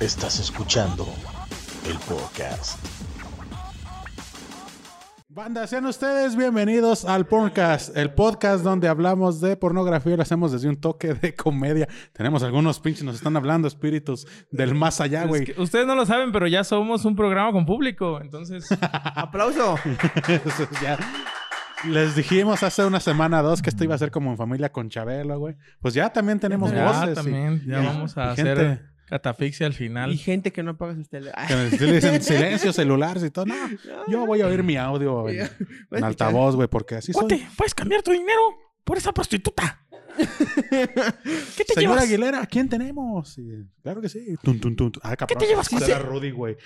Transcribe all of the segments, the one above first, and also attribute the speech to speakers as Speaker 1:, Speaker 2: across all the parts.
Speaker 1: Estás escuchando el podcast.
Speaker 2: Banda, sean ustedes bienvenidos al Porncast, el podcast donde hablamos de pornografía y lo hacemos desde un toque de comedia. Tenemos algunos pinches, nos están hablando espíritus del más allá, Ah, güey.
Speaker 3: Es que ustedes no lo saben, pero ya somos un programa con público, entonces.
Speaker 4: ¡Aplauso!
Speaker 2: Eso ya. Les dijimos hace una semana o dos que esto iba a ser como en familia con Chabelo, güey. Pues ya también tenemos
Speaker 3: ya
Speaker 2: voces. y-
Speaker 3: también, ya
Speaker 2: y-
Speaker 3: vamos a
Speaker 2: y gente
Speaker 3: hacer catafixia al
Speaker 4: Y
Speaker 3: final.
Speaker 4: gente que no apaga sus ah, teléfonos.
Speaker 2: Que les- le dicen silencio, celulares y todo. No, yo voy a oír mi audio en, en
Speaker 4: escuchar.
Speaker 2: altavoz, güey, porque así soy.
Speaker 3: puedes cambiar tu dinero por esa prostituta. ¿Qué te
Speaker 2: Señora Aguilera, ¿a quién tenemos? Y- claro que sí. Tun, tun, tun, tun. Ah, cabrón.
Speaker 3: te llevas
Speaker 2: Sí,
Speaker 3: con
Speaker 2: será
Speaker 3: ese?
Speaker 2: Rudy, güey.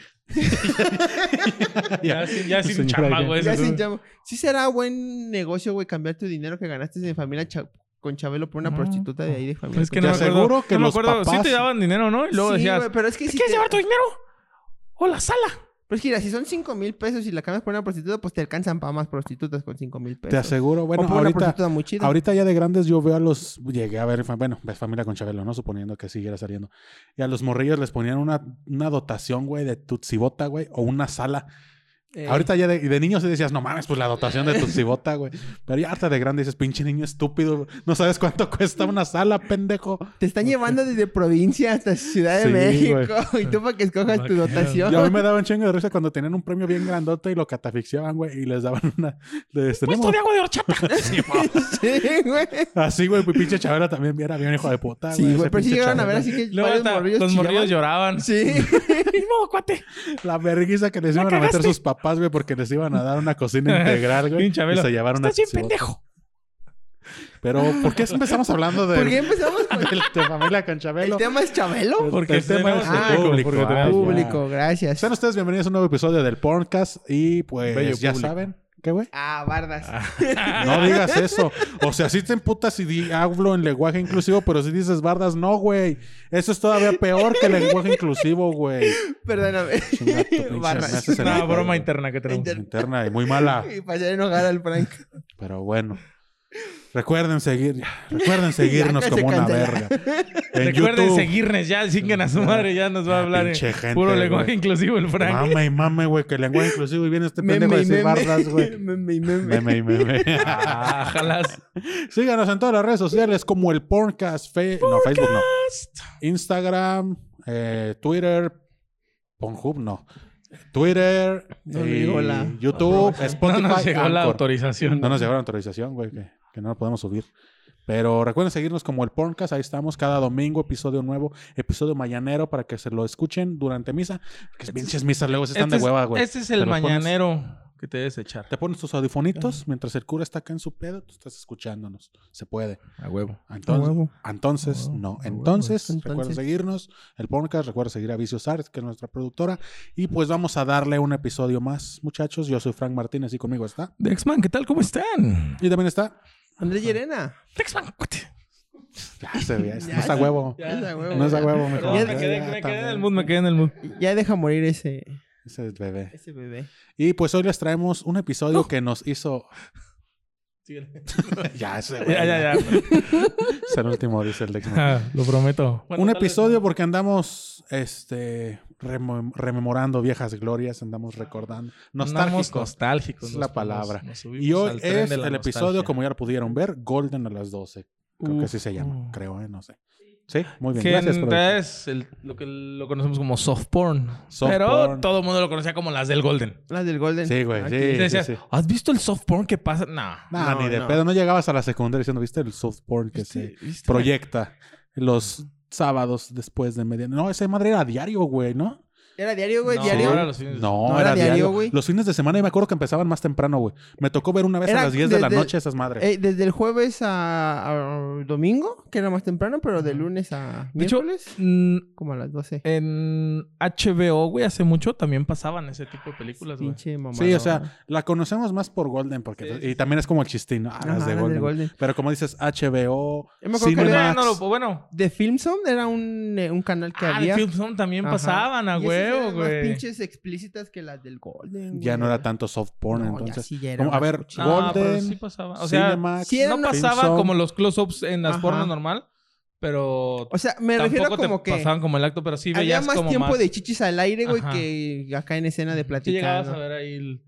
Speaker 3: Ya sin, ya
Speaker 2: Pues
Speaker 3: sin
Speaker 2: Señora
Speaker 3: chamba,
Speaker 2: Aguilera.
Speaker 3: güey.
Speaker 4: Ya
Speaker 3: eso
Speaker 4: sin
Speaker 3: es-
Speaker 4: llamo. Sí será buen negocio, güey, cambiar tu dinero que ganaste de familia Cha- con Chabelo por una
Speaker 3: No.
Speaker 4: prostituta de ahí de familia.
Speaker 3: Pues Es que
Speaker 2: Te
Speaker 3: no me
Speaker 2: aseguro
Speaker 3: acuerdo.
Speaker 2: que
Speaker 3: no me
Speaker 2: los
Speaker 3: acuerdo.
Speaker 2: papás- pues,
Speaker 3: Sí te daban dinero, ¿no? Y luego
Speaker 4: sí,
Speaker 3: decías,
Speaker 4: güey, pero es que si
Speaker 3: ¿quieres
Speaker 4: te-
Speaker 3: llevar tu dinero? O la sala.
Speaker 4: Pero es que mira, si son 5 mil pesos y la cambias por una prostituta, pues te alcanzan para más prostitutas con 5 mil pesos.
Speaker 2: Te aseguro. Bueno,
Speaker 4: o por una
Speaker 2: ahorita,
Speaker 4: prostituta muy chida.
Speaker 2: ahorita ya de grandes yo veo a los... Llegué a ver, fa- bueno, ves familia con Chabelo, ¿no? Suponiendo que siguiera saliendo. Y a los morrillos les ponían una, una dotación, güey, de tutsibota, güey. O una sala.
Speaker 4: Eh,
Speaker 2: Ahorita ya de, y de niño sí decías, no mames, pues la dotación de tutsibota, güey. Pero ya hasta de grande dices, pinche niño estúpido. No sabes cuánto cuesta una sala, pendejo.
Speaker 4: Te están llevando desde provincia hasta Ciudad de
Speaker 2: Sí, güey.
Speaker 4: México. Y tú para que escojas tu
Speaker 3: Vaquero.
Speaker 4: dotación.
Speaker 2: Y a mí me daban chingo de risa cuando tenían un premio bien grandote y lo catafixiaban, güey. Y les daban una... este, Les, tenemos-
Speaker 3: agua de horchata.
Speaker 4: sí, güey.
Speaker 2: Así, güey, pues, pinche Chabelo también era bien hijo de puta, güey.
Speaker 4: Sí,
Speaker 2: ese
Speaker 4: güey. Pero sí
Speaker 2: pinche
Speaker 4: llegaron a ver
Speaker 2: Chabelo.
Speaker 4: así que
Speaker 3: Luego
Speaker 4: varios
Speaker 3: hasta
Speaker 4: morrillos
Speaker 3: los morrillos
Speaker 4: chillaban.
Speaker 3: lloraban.
Speaker 4: Sí.
Speaker 3: Ni modo, cuate.
Speaker 2: La vergüenza que les iban a meter
Speaker 3: cagaste.
Speaker 2: sus papás, güey, porque les iban a dar una cocina integral, güey.
Speaker 3: Pinche
Speaker 2: y
Speaker 3: Abelo,
Speaker 2: se llevaron una
Speaker 3: Estás bien
Speaker 2: cibota.
Speaker 3: pendejo.
Speaker 2: Pero, ¿por qué empezamos hablando de,
Speaker 4: ¿Por qué empezamos con
Speaker 2: de, de familia con Chabelo? Pues,
Speaker 4: el tema es Chabelo?
Speaker 3: Porque
Speaker 2: el tema es
Speaker 3: tenemos
Speaker 2: el
Speaker 3: público,
Speaker 2: público.
Speaker 3: porque
Speaker 2: ah,
Speaker 3: tenemos
Speaker 2: ya.
Speaker 4: Público, gracias.
Speaker 2: Sean ustedes bienvenidos a un nuevo episodio del Porncast y pues
Speaker 3: Bello
Speaker 2: ya
Speaker 3: público.
Speaker 2: saben. ¿Qué, güey?
Speaker 4: Ah, bardas.
Speaker 2: No digas eso. O sea, sí te emputas y di- hablo en lenguaje inclusivo, pero si dices bardas, no, güey. Eso es todavía peor que el lenguaje inclusivo, güey.
Speaker 4: Perdóname.
Speaker 2: Chinga tu pinche, me
Speaker 4: bardas.
Speaker 2: haces enojar,
Speaker 3: Una broma
Speaker 2: güey.
Speaker 3: interna que tenemos.
Speaker 4: Inter-
Speaker 2: Interna y muy mala.
Speaker 4: Y para hacer enojar al Frank.
Speaker 2: Pero bueno. Recuerden seguir, recuerden seguirnos
Speaker 4: Ya que
Speaker 2: como
Speaker 4: se
Speaker 2: una verga.
Speaker 4: cancela.
Speaker 2: En
Speaker 3: Recuerden
Speaker 2: YouTube,
Speaker 3: seguirnos ya, chinguen a su madre, ya nos va a hablar
Speaker 2: pinche
Speaker 3: en
Speaker 2: gente,
Speaker 3: puro
Speaker 2: güey.
Speaker 3: lenguaje inclusivo el Frank.
Speaker 2: Mame y mame, güey, que lenguaje inclusivo y viene este
Speaker 4: Meme
Speaker 2: pendejo a
Speaker 4: y
Speaker 2: decir
Speaker 4: meme.
Speaker 2: bardas, güey.
Speaker 4: Meme y meme.
Speaker 2: Meme y meme.
Speaker 3: Ah, jalas.
Speaker 2: Síganos en todas las redes sociales como el Porncast, Fe- no, Facebook no. Instagram, eh, Twitter, Pornhub no. Twitter,
Speaker 4: No
Speaker 2: eh,
Speaker 4: llegó la-
Speaker 2: YouTube,
Speaker 3: No
Speaker 2: Spotify,
Speaker 3: nos llegó la
Speaker 2: Anchor.
Speaker 3: autorización.
Speaker 2: No nos llevaron autorización, güey, que, que no lo podemos subir. Pero recuerden seguirnos como el Porncast. Ahí estamos cada domingo, episodio nuevo, episodio mañanero para que se lo escuchen durante misa. Que pinches misas luego se están
Speaker 3: Este
Speaker 2: de
Speaker 3: es-
Speaker 2: hueva, güey.
Speaker 3: Este es
Speaker 2: Te
Speaker 3: el
Speaker 2: los pones-
Speaker 3: mañanero que te debes echar.
Speaker 2: Te pones tus audifonitos mientras el cura está acá en su pedo, tú estás escuchándonos. Se puede.
Speaker 3: A huevo.
Speaker 2: Entonces,
Speaker 4: huevo.
Speaker 2: entonces
Speaker 3: A huevo,
Speaker 2: no.
Speaker 3: a huevo.
Speaker 2: Entonces,
Speaker 4: Entonces.
Speaker 2: recuerden seguirnos, el podcast, recuerden seguir a Vicious Arts, que es nuestra productora. Y pues vamos a darle un episodio más, muchachos. Yo soy Frank Martínez y conmigo está.
Speaker 3: Dexman, ¿qué tal? ¿Cómo están?
Speaker 2: Y también está.
Speaker 4: Andrés Llerena.
Speaker 3: Dexman, cuate.
Speaker 2: Ya se ve,
Speaker 4: Ya,
Speaker 2: no está
Speaker 4: ya.
Speaker 2: huevo.
Speaker 4: Ya, es a huevo.
Speaker 2: No es a
Speaker 4: ya.
Speaker 2: huevo,
Speaker 3: Perdón,
Speaker 2: mejor.
Speaker 3: Me
Speaker 4: Ya-
Speaker 3: quedé
Speaker 2: Ya,
Speaker 3: me quedé en
Speaker 2: también.
Speaker 3: el mood, me quedé en el mood.
Speaker 4: Ya deja morir ese,
Speaker 2: Ese es bebé.
Speaker 4: ese bebé.
Speaker 2: Y pues hoy les traemos un episodio que nos hizo. ya, ese güey,
Speaker 3: Ya, ya, ya.
Speaker 2: Es el último, dice el Dexman.
Speaker 3: Ah, Lo prometo.
Speaker 2: un episodio porque andamos este remo- rememorando viejas glorias, andamos recordando.
Speaker 3: Andamos
Speaker 2: Nostálgicos.
Speaker 3: nostálgicos.
Speaker 2: Es la
Speaker 3: nos-
Speaker 2: palabra.
Speaker 3: nos- nos subimos
Speaker 2: Y hoy
Speaker 3: al tren
Speaker 2: es
Speaker 3: de
Speaker 2: el
Speaker 3: la
Speaker 2: episodio,
Speaker 3: nostalgia.
Speaker 2: como ya lo pudieron ver, Golden a las 12. Creo que
Speaker 3: Uf,
Speaker 2: así se llama,
Speaker 3: uh.
Speaker 2: creo, ¿eh? no sé. Sí, muy bien.
Speaker 3: Que
Speaker 2: Gracias
Speaker 3: en
Speaker 2: por
Speaker 3: realidad es el- lo que lo conocemos como soft porn.
Speaker 2: Soft
Speaker 3: pero
Speaker 2: porn.
Speaker 3: todo el mundo lo conocía como las del Golden.
Speaker 4: Las del Golden.
Speaker 2: Sí, güey,
Speaker 4: Aquí.
Speaker 2: sí.
Speaker 3: Y decías,
Speaker 2: sí.
Speaker 3: ¿has visto el soft porn que pasa? No.
Speaker 2: Nah,
Speaker 4: No,
Speaker 2: ni de
Speaker 4: no.
Speaker 2: pedo. No llegabas a la secundaria diciendo, ¿viste el soft porn que se
Speaker 4: ¿Viste? ¿Viste?
Speaker 2: proyecta los sábados después de medianoche. No, ese madre era diario, güey, ¿no?
Speaker 4: Era diario, güey,
Speaker 3: No,
Speaker 4: diario.
Speaker 3: ahora los fines de-
Speaker 2: No,
Speaker 4: No,
Speaker 2: era,
Speaker 4: era
Speaker 2: diario,
Speaker 4: diario, güey.
Speaker 2: Los fines de semana, y me acuerdo que empezaban más temprano, güey. Me tocó ver una vez a
Speaker 4: Era
Speaker 2: las 10 de la
Speaker 4: desde-
Speaker 2: noche esas madres.
Speaker 4: Eh, desde el jueves a, a domingo, que era más temprano, pero de lunes a
Speaker 3: De hecho,
Speaker 4: miércoles,
Speaker 3: mm,
Speaker 4: como a las 12.
Speaker 3: en HBO, güey, hace mucho también pasaban ese tipo de películas, güey.
Speaker 4: Pinche mamá.
Speaker 2: sí, o sea, la conocemos más por Golden, porque
Speaker 3: Sí, sí,
Speaker 2: y también es como el chistín, ah, las de Golden.
Speaker 4: Golden.
Speaker 2: Pero como dices, HBO,
Speaker 4: Yo me acuerdo que
Speaker 3: Pero ya
Speaker 2: Cinemax,
Speaker 3: no lo- bueno.
Speaker 4: The Filmson era un, eh, un canal que
Speaker 3: Ah,
Speaker 4: había.
Speaker 3: el Filmson también
Speaker 4: Ajá.
Speaker 3: pasaban a
Speaker 4: Y esas
Speaker 3: huevo,
Speaker 4: eran más
Speaker 3: güey.
Speaker 4: pinches explícitas que las del Golden.
Speaker 2: ya
Speaker 4: güey.
Speaker 2: no era tanto soft porn,
Speaker 4: No, ya
Speaker 2: entonces.
Speaker 4: sí, ya era
Speaker 2: como- a
Speaker 4: más
Speaker 2: ver,
Speaker 4: cuchillo.
Speaker 3: No, Ah, pero
Speaker 2: Golden,
Speaker 3: sí pasaba. O sea,
Speaker 2: Cinemax,
Speaker 4: sí era
Speaker 3: no
Speaker 4: una-
Speaker 3: pasaba
Speaker 2: Filmson.
Speaker 3: como los close-ups en las
Speaker 4: Ajá.
Speaker 3: pornos normal, pero
Speaker 4: O sea, me refiero
Speaker 3: tampoco
Speaker 4: como
Speaker 3: te
Speaker 4: que
Speaker 3: pasaban como el acto, pero sí
Speaker 4: había
Speaker 3: veías
Speaker 4: más
Speaker 3: como
Speaker 4: tiempo
Speaker 3: más...
Speaker 4: de chichis al aire, güey,
Speaker 3: Ajá.
Speaker 4: que acá en escena de
Speaker 3: Sí
Speaker 4: platicar.
Speaker 3: llegabas a
Speaker 4: ¿no?
Speaker 3: ver ahí el,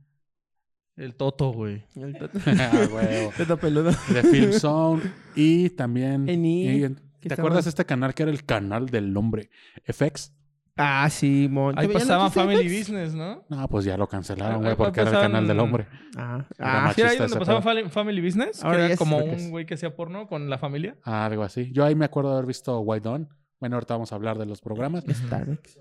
Speaker 3: el toto, güey.
Speaker 4: El toto-
Speaker 2: Ah, huevo.
Speaker 4: toto peludo.
Speaker 2: de Film Zone y también
Speaker 4: En E!
Speaker 2: y en-
Speaker 4: que
Speaker 2: ¿Te
Speaker 4: estaba-
Speaker 2: acuerdas de este canal que era el canal del hombre? FX.
Speaker 4: Ah, sí, mon.
Speaker 3: Ahí
Speaker 4: ¿Todavía no
Speaker 3: pasaban
Speaker 4: existe
Speaker 3: Family
Speaker 4: FX?
Speaker 3: Business, ¿no?
Speaker 2: No, pues ya lo cancelaron,
Speaker 3: Ah,
Speaker 2: güey,
Speaker 3: ah,
Speaker 4: pues
Speaker 2: porque era el canal del
Speaker 3: pasaban-
Speaker 2: hombre.
Speaker 4: Ah,
Speaker 2: Era
Speaker 4: ah,
Speaker 2: más-
Speaker 3: ¿Sí era ahí
Speaker 2: Machista
Speaker 3: donde
Speaker 2: ese
Speaker 3: pasaba Fali- Family Business? Que
Speaker 4: Ahora ya
Speaker 3: era
Speaker 4: es-
Speaker 3: como
Speaker 4: creo que es.
Speaker 3: un güey que hacía porno con la familia.
Speaker 2: Ah, algo así. Yo ahí me acuerdo de haber visto White Dawn. Bueno, ahorita vamos a hablar de los programas.
Speaker 4: Starbucks.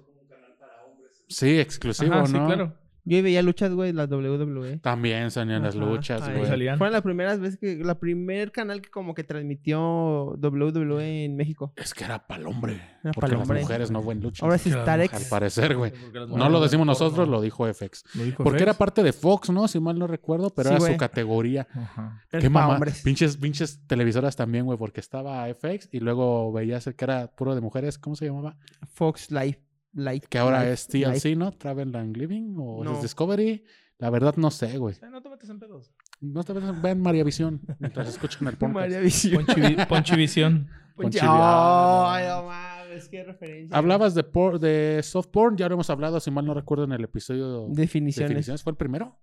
Speaker 2: Sí, exclusivo,
Speaker 3: Ajá,
Speaker 2: ¿no?
Speaker 3: sí, claro.
Speaker 4: Yo ahí veía luchas, güey, las E. WWE.
Speaker 2: También salían las
Speaker 4: Ajá,
Speaker 2: luchas,
Speaker 4: ahí
Speaker 2: güey.
Speaker 3: salían.
Speaker 4: Fueron las primeras veces que... La primer canal que como que transmitió WWE en México.
Speaker 2: Es que era pa'l hombre.
Speaker 4: Era
Speaker 2: porque
Speaker 4: pa'l
Speaker 2: las
Speaker 4: hombre.
Speaker 2: mujeres no ven luchas.
Speaker 4: Ahora sí,
Speaker 3: que las
Speaker 2: Al
Speaker 4: Starex.
Speaker 2: parecer, güey.
Speaker 3: Porque las
Speaker 2: No lo
Speaker 3: mujeres
Speaker 2: decimos
Speaker 3: del
Speaker 2: nosotros,
Speaker 3: porno.
Speaker 2: lo dijo FX.
Speaker 3: Lo dijo
Speaker 2: Porque
Speaker 3: Fex.
Speaker 2: era parte de Fox, ¿no? Si mal no recuerdo, pero
Speaker 4: Sí,
Speaker 2: era su
Speaker 4: güey.
Speaker 2: categoría.
Speaker 3: Ajá.
Speaker 4: Era
Speaker 2: Qué
Speaker 4: pa'
Speaker 2: mamá.
Speaker 4: hombres.
Speaker 2: Pinches, pinches televisoras también, güey, porque estaba FX y luego veías el que era puro de mujeres. ¿Cómo se llamaba?
Speaker 4: Fox Live. Light.
Speaker 2: Que ahora
Speaker 4: Live,
Speaker 2: es TLC,
Speaker 4: Live.
Speaker 2: ¿no? Travel and Living o
Speaker 4: No.
Speaker 2: es Discovery. La verdad no sé, güey.
Speaker 3: O sea, Eh, no te metes en pedos.
Speaker 2: No te ves- vean María Visión mientras escuchan el podcast.
Speaker 4: María Visión.
Speaker 3: Ponchivi- Ponchivisión.
Speaker 2: Ponchi-
Speaker 4: Ay, no mames, qué referencia.
Speaker 2: Hablabas de, por, de soft porn, ya lo hemos hablado, si mal no recuerdo, en el episodio de
Speaker 4: Definiciones.
Speaker 2: definiciones. ¿Fue el primero?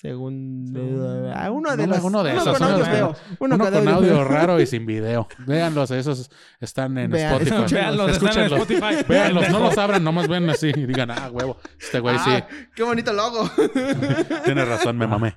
Speaker 4: Según.
Speaker 3: Según-
Speaker 4: Ah, uno de
Speaker 2: Uno-
Speaker 4: los.
Speaker 2: uno de esos,
Speaker 4: con
Speaker 3: uno de
Speaker 4: audio feo.
Speaker 2: esos.
Speaker 4: Uno,
Speaker 2: Uno con
Speaker 4: audio
Speaker 2: audio
Speaker 4: feo.
Speaker 2: raro y sin video. Véanlos, esos están en
Speaker 4: Vean-
Speaker 2: Spotify.
Speaker 3: Veanlos, están en
Speaker 2: Escúchenlos.
Speaker 3: Spotify.
Speaker 2: Véanlos, no los abran, nomás ven así y digan, ah, huevo, este güey sí.
Speaker 4: Ah, Qué bonito logo.
Speaker 2: Tiene razón, me mamé.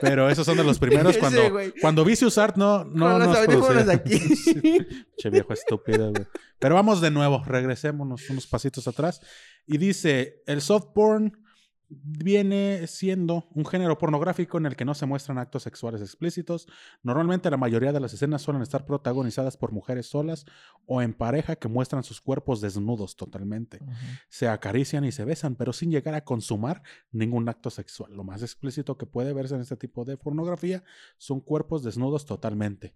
Speaker 2: Pero esos son de los primeros
Speaker 4: Ese
Speaker 2: cuando,
Speaker 4: güey.
Speaker 2: cuando Vicious Art no, no
Speaker 4: Con los
Speaker 2: nos
Speaker 4: audífonos
Speaker 2: producía.
Speaker 4: aquí.
Speaker 2: Che viejo estúpido, güey. Pero vamos de nuevo, regresémonos unos pasitos atrás. Y dice, el soft porn viene siendo un género pornográfico en el que no se muestran actos sexuales explícitos. Normalmente la mayoría de las escenas suelen estar protagonizadas por mujeres solas o en pareja que muestran sus cuerpos desnudos totalmente. Se acarician y se besan, pero sin llegar a consumar ningún acto sexual. Lo más explícito que puede verse en este tipo de pornografía son cuerpos desnudos totalmente.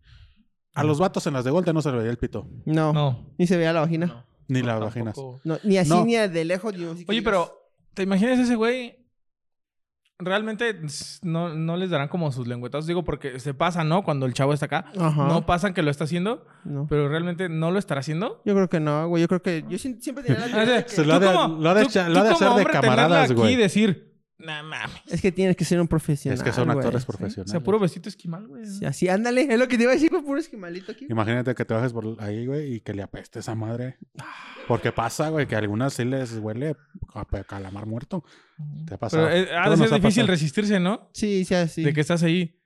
Speaker 2: A los vatos en las de Golden no se le veía el pito.
Speaker 4: No,
Speaker 3: No.
Speaker 4: Ni se veía la vagina.
Speaker 2: Ni la
Speaker 3: No,
Speaker 2: vaginas.
Speaker 3: tampoco.
Speaker 4: No, ni así,
Speaker 2: No.
Speaker 4: ni de lejos. ni así que
Speaker 3: Oye,
Speaker 4: digas,
Speaker 3: pero ¿te imaginas ese güey? Realmente s- no, no les darán como sus lengüetazos, digo, porque se pasa, ¿no? Cuando el chavo está acá.
Speaker 4: Ajá.
Speaker 3: No pasan que lo está haciendo,
Speaker 4: No.
Speaker 3: pero realmente no lo estará haciendo.
Speaker 4: Yo creo que no, güey. Yo creo que. Yo sie- siempre tenía la
Speaker 3: O sea,
Speaker 4: idea de
Speaker 2: Se
Speaker 4: que...
Speaker 2: lo ha
Speaker 3: tú
Speaker 2: de-
Speaker 3: como-
Speaker 2: lo ha de
Speaker 3: tú-
Speaker 2: echa- lo
Speaker 3: tú
Speaker 2: ha de
Speaker 3: como
Speaker 2: hacer de
Speaker 3: hombre, tenerlo
Speaker 2: camaradas,
Speaker 3: aquí
Speaker 2: güey.
Speaker 3: Y decir, nah, mames.
Speaker 4: Es que tienes que ser un profesional.
Speaker 2: Es que son
Speaker 4: güey.
Speaker 2: actores
Speaker 3: O
Speaker 2: profesionales.
Speaker 3: sea, puro besito esquimal, güey.
Speaker 4: Sí, Así, ándale. Es lo que te iba a decir, güey. Puro esquimalito aquí.
Speaker 2: Imagínate que te bajes por ahí, güey, y que le apeste esa madre.
Speaker 4: Ah.
Speaker 2: Porque pasa, güey, que a algunas sí les huele a pe- calamar muerto. Te ha pasado.
Speaker 3: Pero eh, ha de
Speaker 2: Todo
Speaker 3: ser
Speaker 2: nos ha
Speaker 3: difícil
Speaker 2: pasado.
Speaker 3: resistirse, ¿no?
Speaker 4: Sí, sí, así.
Speaker 3: De que estás ahí.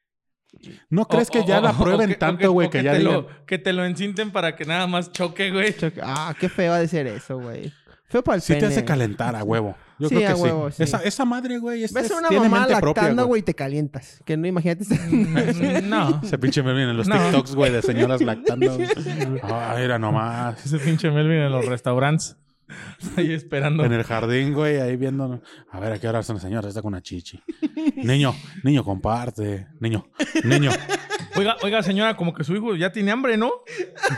Speaker 2: ¿No crees
Speaker 3: O-
Speaker 2: que
Speaker 3: o-
Speaker 2: ya
Speaker 3: o-
Speaker 2: la
Speaker 3: o
Speaker 2: prueben
Speaker 3: que- o que-
Speaker 2: tanto, güey,
Speaker 3: o
Speaker 2: que, ya
Speaker 3: te
Speaker 2: digan,
Speaker 3: lo, que te lo encinten para que nada más choque, güey.
Speaker 4: Choc- Ah, qué feo ha de ser eso, güey. Feo para el
Speaker 2: Sí te
Speaker 4: pene.
Speaker 2: hace calentar a huevo. Yo
Speaker 4: Sí,
Speaker 2: creo que
Speaker 4: a huevo,
Speaker 2: sí.
Speaker 4: sí.
Speaker 2: Esa, esa madre, güey, es,
Speaker 4: Ves
Speaker 2: es-
Speaker 4: a una
Speaker 2: tiene
Speaker 4: mamá
Speaker 2: mente propia,
Speaker 4: lactando,
Speaker 2: güey.
Speaker 4: güey, y te calientas. Que no imagínate.
Speaker 3: Mm, no.
Speaker 2: Ese pinche meme en los
Speaker 3: No.
Speaker 2: TikToks, güey, de señoras lactando. güey. Ah, mira nomás.
Speaker 3: Ese pinche Melvin en los restaurantes. Ahí esperando.
Speaker 2: En el jardín, güey, ahí viendo. A ver, ¿a qué hora son las señoras? Está con una chichi. Niño, niño, comparte. Niño, niño.
Speaker 3: Oiga, oiga, señora, como que su hijo ya tiene hambre, ¿no?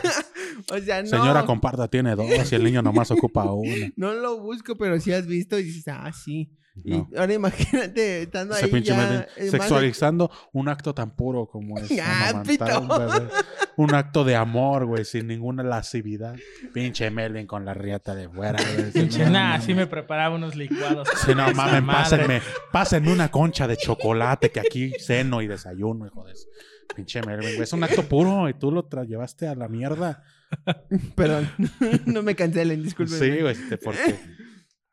Speaker 4: o sea, no.
Speaker 2: Señora, comparta, tiene dos y el niño nomás ocupa una.
Speaker 4: No lo busco, pero sí has visto y dices, ah, sí.
Speaker 2: No.
Speaker 4: Y ahora imagínate estando
Speaker 2: Ese
Speaker 4: ahí
Speaker 2: pinche
Speaker 4: ya...
Speaker 2: meme.
Speaker 4: eh, más de-
Speaker 2: Sexualizando un acto tan puro como es.
Speaker 4: Ah,
Speaker 2: amamantar a un,
Speaker 4: pito.
Speaker 2: bebé. un acto de amor, güey, sin ninguna lascividad. Pinche Melvin con la riata de fuera, güey.
Speaker 3: Pinche, nah, sí me preparaba unos licuados.
Speaker 2: Si no
Speaker 3: Esa
Speaker 2: mamen,
Speaker 3: madre.
Speaker 2: pásenme, pásenme una concha de chocolate que aquí ceno y desayuno, hijo de su- Pinche Melvin, güey. Es un acto puro y tú lo tra- llevaste a la mierda.
Speaker 4: Perdón, no me cancelen, disculpen.
Speaker 2: Sí, güey, este, porque.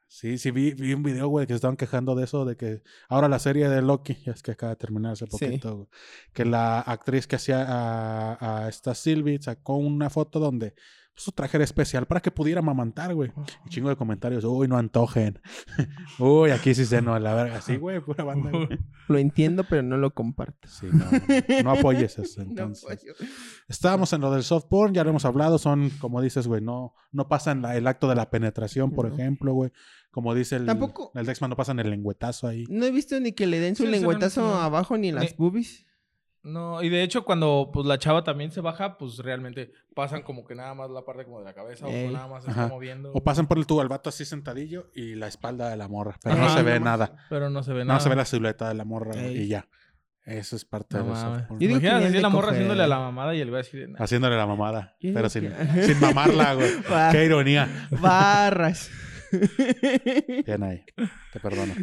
Speaker 2: Sí, sí, vi, vi un video, güey, que se estaban quejando de eso, de que ahora la serie de Loki, ya es que acaba de terminar hace poquito, güey, que la actriz que hacía a, a esta Sylvie sacó una foto donde pues, su traje era especial para que pudiera mamantar, güey. Y chingo de comentarios, uy, no antojen. uy, aquí sí se no, a la verga. Sí, güey, pura banda. güey.
Speaker 4: Lo entiendo, pero no lo comparto.
Speaker 2: Sí, no, no, no apoyes eso.
Speaker 4: No, pues,
Speaker 2: Entonces,
Speaker 4: pollo.
Speaker 2: estábamos en lo del soft porn, ya lo hemos hablado, son, como dices, güey, no, no pasan la- el acto de la penetración, por
Speaker 4: No.
Speaker 2: ejemplo, güey. Como dice el,
Speaker 4: Tampoco-
Speaker 2: el Dexman, no pasan el lengüetazo ahí.
Speaker 4: no he visto ni que le den su
Speaker 3: Sí, sí,
Speaker 4: lengüetazo
Speaker 3: no, no.
Speaker 4: abajo ni en las
Speaker 3: Ni-
Speaker 4: boobies.
Speaker 3: No, y de hecho, cuando pues, la chava también se baja, pues realmente pasan como que nada más la parte como de la cabeza
Speaker 4: Ey.
Speaker 3: o nada más se
Speaker 2: Ajá.
Speaker 3: está moviendo.
Speaker 2: O pasan por el tubo al vato así sentadillo y la espalda de la morra, pero no
Speaker 3: Ajá.
Speaker 2: se ve
Speaker 4: Nomás.
Speaker 2: nada.
Speaker 3: Pero no se ve
Speaker 2: No
Speaker 3: nada.
Speaker 2: se ve la silueta de la morra güey,
Speaker 4: Ey.
Speaker 2: y ya. Eso es parte
Speaker 3: No
Speaker 2: del soft
Speaker 3: mames.
Speaker 2: porn.
Speaker 4: Yo digo que ni
Speaker 3: Imagínate
Speaker 4: es
Speaker 3: así
Speaker 4: de
Speaker 3: la morra
Speaker 4: coger.
Speaker 3: haciéndole a la mamada y el güey así de... "Nah".
Speaker 2: Haciéndole la mamada,
Speaker 4: Yo
Speaker 2: pero
Speaker 4: digo
Speaker 2: sin,
Speaker 4: que-
Speaker 2: sin mamarla, güey.
Speaker 4: Ba-
Speaker 2: Qué ironía.
Speaker 4: Barras.
Speaker 2: Bien ahí. Te perdono.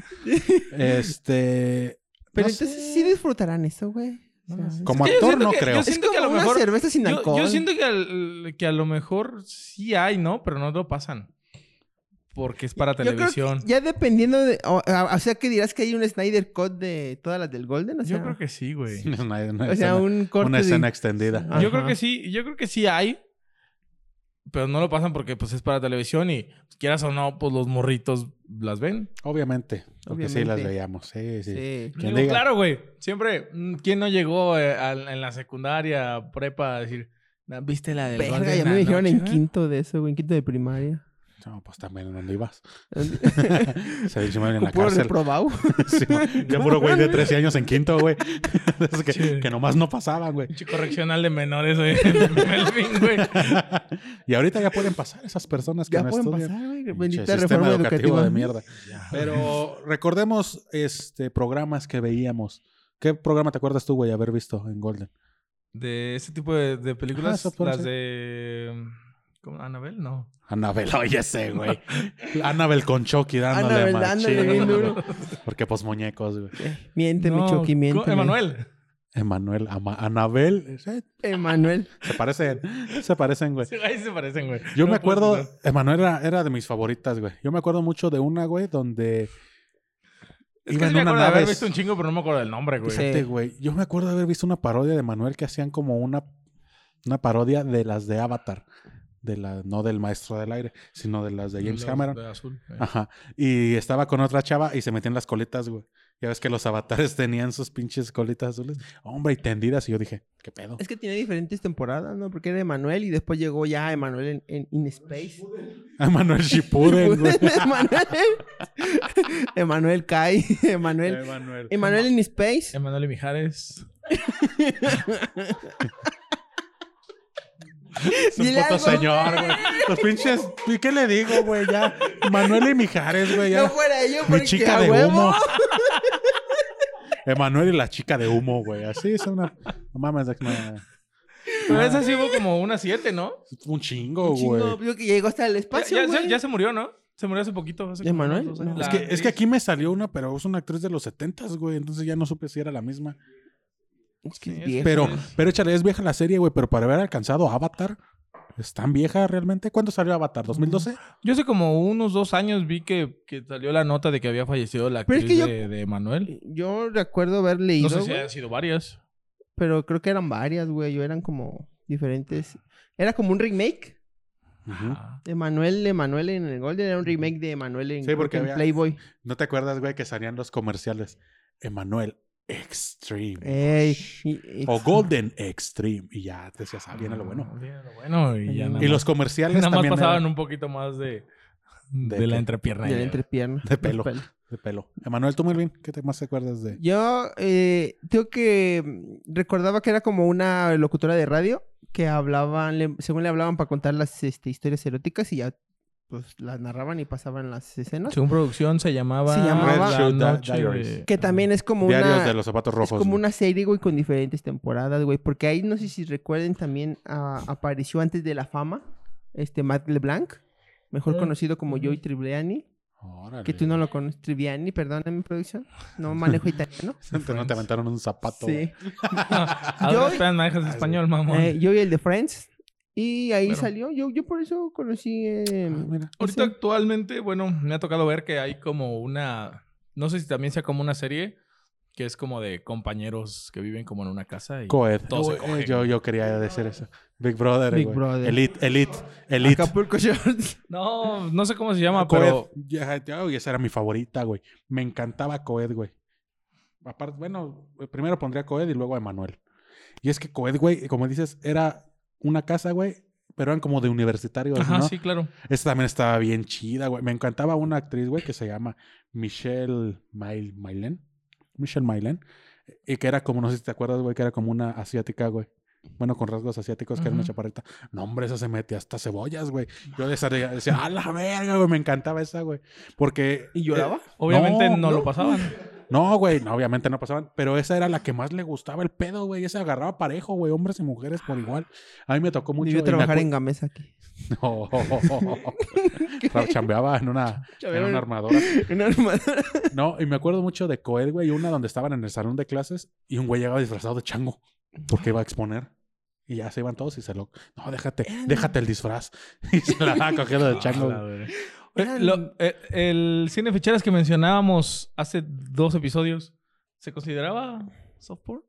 Speaker 2: Este.
Speaker 4: Pero
Speaker 2: no
Speaker 4: entonces
Speaker 2: sé.
Speaker 4: sí disfrutarán eso, güey. O sea,
Speaker 3: sé.
Speaker 2: Como
Speaker 3: Es que yo
Speaker 2: actor
Speaker 3: siento
Speaker 2: no
Speaker 3: que-
Speaker 2: creo.
Speaker 3: yo siento
Speaker 4: es
Speaker 3: que a
Speaker 4: como
Speaker 3: lo
Speaker 4: una
Speaker 3: mejor-
Speaker 4: cerveza sin
Speaker 3: Yo,
Speaker 4: alcohol.
Speaker 3: yo siento que, al- que a lo mejor sí hay, ¿no? Pero no lo pasan. Porque es para
Speaker 4: Yo creo que
Speaker 3: televisión.
Speaker 4: ya dependiendo de... O, o- o sea, que dirás que hay un Snyder Cut de todas las del Golden. O sea,
Speaker 3: Yo creo que sí, güey.
Speaker 2: No, no hay una
Speaker 4: o sea
Speaker 2: escena-
Speaker 4: un corte
Speaker 2: una escena
Speaker 4: de...
Speaker 2: extendida.
Speaker 4: Ah.
Speaker 3: Yo creo
Speaker 4: Ajá.
Speaker 3: que sí, yo creo que sí hay. Pero no lo pasan porque pues es para televisión y quieras o no, pues los morritos las ven.
Speaker 2: Obviamente. Porque sí las
Speaker 4: Obviamente.
Speaker 2: veíamos. Sí, sí.
Speaker 4: Sí.
Speaker 2: Quien
Speaker 3: Digo,
Speaker 2: diga.
Speaker 3: claro, güey. Siempre, mm, ¿quién no llegó eh, al- en la secundaria, prepa, a decir, "Na- viste la del
Speaker 4: Verga,
Speaker 3: Golden
Speaker 4: ya me dijeron en
Speaker 3: anoche, eh?"
Speaker 4: quinto de eso, güey. En quinto de primaria.
Speaker 2: No, pues también en dónde ibas.
Speaker 4: Con
Speaker 2: Se disimularon en la
Speaker 4: puro
Speaker 2: cárcel.
Speaker 4: reprobado.
Speaker 2: Sí, ya puro güey de 13 años en quinto, güey. Es que,
Speaker 3: Sí.
Speaker 2: que nomás no pasaban, güey.
Speaker 3: Pinche correccional de menores, güey. en Melvin, güey.
Speaker 2: Y ahorita ya pueden pasar esas personas que
Speaker 4: Ya
Speaker 2: no
Speaker 4: pueden
Speaker 2: estudian.
Speaker 4: pasar, güey.
Speaker 2: Pinche
Speaker 4: Bendita
Speaker 2: sistema
Speaker 4: reforma educativa.
Speaker 2: educativo de mierda. Pero recordemos este programas que veíamos. ¿Qué programa te acuerdas tú, güey, haber visto en Golden?
Speaker 3: De ese tipo de,
Speaker 2: Ajá,
Speaker 3: de
Speaker 4: Ah,
Speaker 3: películas,
Speaker 2: eso puede
Speaker 3: las
Speaker 2: ser.
Speaker 3: de... ¿Cómo? ¿Anabel? No.
Speaker 2: Anabel, oye ese, güey. Anabel con Chucky dándole
Speaker 4: Ándale,
Speaker 2: machín,
Speaker 4: ándale, bien duro.
Speaker 2: Porque pues muñecos, güey.
Speaker 4: Miente,
Speaker 3: No,
Speaker 4: mi Eh, Chucky,
Speaker 3: ¿cómo?
Speaker 4: miente.
Speaker 3: Emanuel.
Speaker 2: Emanuel, Ama- Anabel, eh,
Speaker 4: Emanuel.
Speaker 2: se parecen, se parecen, güey.
Speaker 3: Sí, ahí se parecen, güey.
Speaker 2: Yo
Speaker 3: No
Speaker 2: me
Speaker 3: puedo
Speaker 2: acuerdo,
Speaker 3: quitar.
Speaker 2: Emanuel era, era de mis favoritas, güey. Yo me acuerdo mucho de una, güey, donde
Speaker 3: Es
Speaker 2: iba
Speaker 3: que
Speaker 2: en
Speaker 3: sí me
Speaker 2: una
Speaker 3: acuerdo de haber
Speaker 2: nave-
Speaker 3: visto un chingo, pero no me acuerdo del nombre, güey.
Speaker 4: Sí.
Speaker 2: Fíjate, güey. Yo me acuerdo de haber visto una parodia de Manuel que hacían como una, una parodia de las de Avatar. De la, no del maestro del aire, sino de las de James
Speaker 3: Los
Speaker 2: Cameron.
Speaker 3: de azul, eh.
Speaker 2: Ajá. Y estaba con otra chava y se metían las colitas, güey. Ya ves que los avatares tenían sus pinches colitas azules. Hombre, y tendidas. Y yo dije, ¿qué pedo?
Speaker 4: Es que tiene diferentes temporadas, ¿no? Porque era Emanuel y después llegó ya Emanuel en, en In Space.
Speaker 2: A Manuel Shippuden, güey.
Speaker 4: Emanuel. Emanuel Kai. Emanuel.
Speaker 2: Emanuel.
Speaker 4: Emanuel en Space.
Speaker 3: Emanuel y Mijares.
Speaker 4: Ah.
Speaker 2: Es un
Speaker 4: Dile
Speaker 2: puto
Speaker 4: algo.
Speaker 2: señor, güey. Los pinches. ¿Y qué le digo, güey? Ya. Manuel y Mijares, güey. Ya.
Speaker 4: No fuera yo,
Speaker 2: Mi
Speaker 4: porque
Speaker 2: chica
Speaker 4: a
Speaker 2: de
Speaker 4: huevo.
Speaker 2: humo. Emanuel y la chica de humo, güey. Así es una. No mames, es una-
Speaker 3: Pero esa sí hubo como una siete, ¿no?
Speaker 2: un chingo,
Speaker 4: Un chingo,
Speaker 2: güey.
Speaker 4: digo que llegó hasta el
Speaker 3: Ya,
Speaker 4: espacio,
Speaker 3: ya se,
Speaker 4: güey.
Speaker 3: ya se murió, ¿no? Se murió hace poquito. hace
Speaker 4: ¿De
Speaker 3: como
Speaker 4: Manuel?
Speaker 3: unos dos años.
Speaker 4: No.
Speaker 2: Es
Speaker 3: La
Speaker 2: que, es que
Speaker 3: actriz.
Speaker 2: aquí me salió una, pero es una actriz de los 70, güey. Entonces ya no supe si era la misma.
Speaker 4: Es que es
Speaker 3: Sí, es-
Speaker 4: viejo.
Speaker 2: Pero,
Speaker 3: es.
Speaker 2: pero échale, es vieja la serie, güey. Pero para haber alcanzado Avatar, ¿es tan vieja realmente? ¿Cuándo salió Avatar? ¿2012?
Speaker 3: Yo hace como unos dos años vi que, que salió la nota de que había fallecido la
Speaker 4: Pero
Speaker 3: actriz
Speaker 4: es que yo-
Speaker 3: de, de Emanuel.
Speaker 4: Yo recuerdo haber leído,
Speaker 3: No sé si
Speaker 4: güey,
Speaker 3: han sido varias.
Speaker 4: pero creo que eran varias, güey. Yo eran como diferentes. Era como un remake.
Speaker 2: Ujú.
Speaker 3: Ah.
Speaker 4: Emanuel, Emanuel en el Golden era un remake de Emanuel en,
Speaker 2: Sí, porque
Speaker 4: en
Speaker 2: había-
Speaker 4: Playboy.
Speaker 2: ¿No te acuerdas, güey, que salían los comerciales? Emanuel Extreme.
Speaker 4: Ey, y- y-
Speaker 2: O Golden Extreme. Y ya te decías, ah, viene lo bueno.
Speaker 3: Viene lo bueno. Y, ya
Speaker 4: Y
Speaker 3: nada
Speaker 2: Y
Speaker 3: más-
Speaker 2: los comerciales
Speaker 3: Nada más
Speaker 2: también
Speaker 3: pasaban
Speaker 2: eran
Speaker 3: un poquito más de, de,
Speaker 2: ¿De
Speaker 3: la
Speaker 2: qué?
Speaker 3: entrepierna.
Speaker 4: de la
Speaker 3: ya.
Speaker 4: entrepierna.
Speaker 2: De pelo. de pelo. Emanuel, tú, Melvin, ¿qué te más te acuerdas de?
Speaker 4: Yo eh, tengo que mm, recordaba que era como una locutora de radio que hablaban, le- según le hablaban para contar las este, historias eróticas y ya pues las narraban y pasaban las escenas.
Speaker 3: Según producción se llamaba...
Speaker 4: Se llamaba-
Speaker 3: La
Speaker 2: Red Shoe Di-
Speaker 3: Noche
Speaker 2: Diaries.
Speaker 3: de-
Speaker 4: Que también es como
Speaker 2: Diarios
Speaker 4: una
Speaker 2: de los zapatos
Speaker 4: es
Speaker 2: rojos.
Speaker 4: como
Speaker 2: güey.
Speaker 4: una serie güey con diferentes temporadas güey porque ahí no sé si recuerden también ah, apareció antes de la fama este Matt LeBlanc mejor
Speaker 3: Mm.
Speaker 4: conocido como Joey Tribbiani
Speaker 2: Órale.
Speaker 4: que tú no lo conoces Triviani perdóname producción no manejo italiano
Speaker 2: no te aventaron un zapato.
Speaker 4: sí
Speaker 3: Ahora
Speaker 4: Yo-
Speaker 3: esperan, manejas español, mamón.
Speaker 4: Eh, yo y el de Friends. Y ahí
Speaker 3: Claro.
Speaker 4: salió. Yo, yo por eso conocí. eh,
Speaker 3: Ah, Ahorita
Speaker 4: ese.
Speaker 3: actualmente, bueno, me ha tocado ver que hay como una... No sé si también sea como una serie que es como de compañeros que viven como en una casa y...
Speaker 2: Coed.
Speaker 3: Todos se
Speaker 2: Eh,
Speaker 3: cogen.
Speaker 2: yo, yo quería decir eso. Big Brother.
Speaker 4: Big
Speaker 2: güey.
Speaker 4: Brother.
Speaker 2: Elite, Elite, Elite.
Speaker 4: Acapulco Shorts.
Speaker 3: No, no sé cómo se llama,
Speaker 2: Coed.
Speaker 3: pero...
Speaker 2: Ya, ya, uy, esa era mi favorita, güey. Me encantaba Coed, güey. Aparte, bueno, primero pondría Coed y luego a Emanuel. Y es que Coed, güey, como dices, era una casa, güey, pero eran como de universitarios,
Speaker 3: Ajá,
Speaker 2: pues, ¿no?
Speaker 3: sí, claro.
Speaker 2: Esta también estaba bien chida, güey. Me encantaba una actriz, güey, que se llama Michelle Mail Mailen. Michelle Mailen. Y que era como, no sé si te acuerdas, güey, que era como una asiática, güey. Bueno, con rasgos asiáticos, que era una
Speaker 3: Ujú.
Speaker 2: chaparrita. No, hombre, esa se metía hasta cebollas, güey. Yo de esa de- decía, a la verga, güey, me encantaba esa, güey. Porque. eh,
Speaker 4: ¿Y lloraba?
Speaker 3: Obviamente
Speaker 2: No,
Speaker 3: no,
Speaker 2: no.
Speaker 3: lo pasaban.
Speaker 2: No, güey, no, obviamente no pasaban, pero esa era la que más le gustaba el pedo, güey. Esa agarraba parejo, güey, hombres y mujeres por igual. A mí me tocó mucho.
Speaker 4: Debió
Speaker 2: y me
Speaker 4: trabajar
Speaker 2: acu-
Speaker 4: en Gamesa aquí.
Speaker 2: No. Tra- Chambeaba en una, en
Speaker 4: Chambeaba en-
Speaker 2: una armadora.
Speaker 4: Una armadura.
Speaker 2: No, y me acuerdo mucho de Coed, güey, una donde estaban en el salón de clases y un güey llegaba disfrazado de chango porque iba a exponer. Y ya se iban todos y se lo... No, déjate,
Speaker 4: Em.
Speaker 2: déjate el disfraz. Y se la daba cogiendo de chango. güey.
Speaker 3: Eh, lo- eh, el cine de ficheras que mencionábamos hace dos episodios, ¿se consideraba software?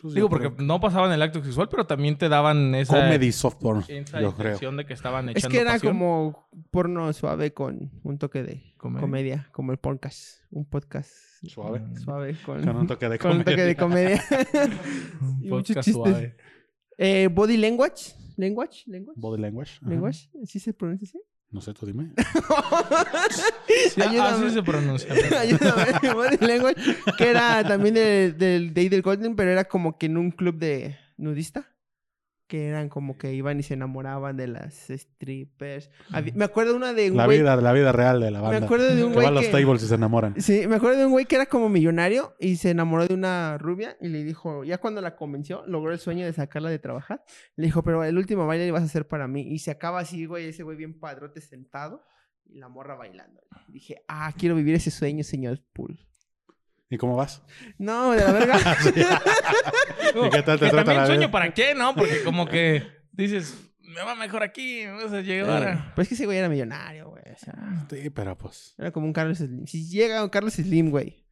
Speaker 2: Pues
Speaker 3: Digo,
Speaker 2: yo creo
Speaker 3: porque no pasaban el acto sexual, pero también te daban esa,
Speaker 2: Comedy software,
Speaker 4: eh,
Speaker 3: esa
Speaker 2: yo creo.
Speaker 3: impresión de que estaban echando
Speaker 4: Es que era
Speaker 3: pasión.
Speaker 4: como porno suave con un toque de
Speaker 3: Comedia. Mm.
Speaker 4: comedia, como el podcast. Un podcast
Speaker 2: Suave.
Speaker 4: suave con,
Speaker 2: Con un toque de
Speaker 4: con un toque de comedia.
Speaker 3: Un
Speaker 4: Y muchos
Speaker 3: podcast
Speaker 4: chistes.
Speaker 3: suave.
Speaker 4: Eh, body language. Language. Language.
Speaker 2: Body language. ajá.
Speaker 4: Language. ¿Sí se pronuncia así?
Speaker 2: No sé, tú dime.
Speaker 3: Sí, así
Speaker 4: Ayúdame.
Speaker 3: se pronuncia.
Speaker 4: Ayúdame, Body Language, que era también de- del Day del Golden, pero era como que en un club de nudista. Que eran como que iban y se enamoraban de las strippers. Habí- me acuerdo una de un
Speaker 2: La
Speaker 4: güey-
Speaker 2: vida, la vida real de la
Speaker 4: Me
Speaker 2: banda.
Speaker 4: acuerdo de un
Speaker 2: que
Speaker 4: güey
Speaker 2: van a los
Speaker 4: que-
Speaker 2: tables y se enamoran.
Speaker 4: Sí, me acuerdo de un güey que era como millonario y se enamoró de una rubia y le dijo, ya cuando la convenció, logró el sueño de sacarla de trabajar. Le dijo, pero el último baile vas a hacer para mí. Y se acaba así, güey, ese güey bien padrote sentado y la morra bailando. Dije, ah, quiero vivir ese sueño, señor Pool.
Speaker 2: ¿Y cómo vas?
Speaker 4: No, de la verga.
Speaker 2: ¿Y qué tal te
Speaker 3: Que
Speaker 2: trata
Speaker 3: también
Speaker 2: la
Speaker 3: sueño
Speaker 2: vida?
Speaker 3: para qué, ¿no? Porque como que dices, me va mejor aquí, me vas a llegar a...
Speaker 4: pero Pues es que ese güey era millonario, güey. O sea,
Speaker 2: Sí, pero pues.
Speaker 4: era como un Carlos Slim. Si llega un Carlos Slim, güey.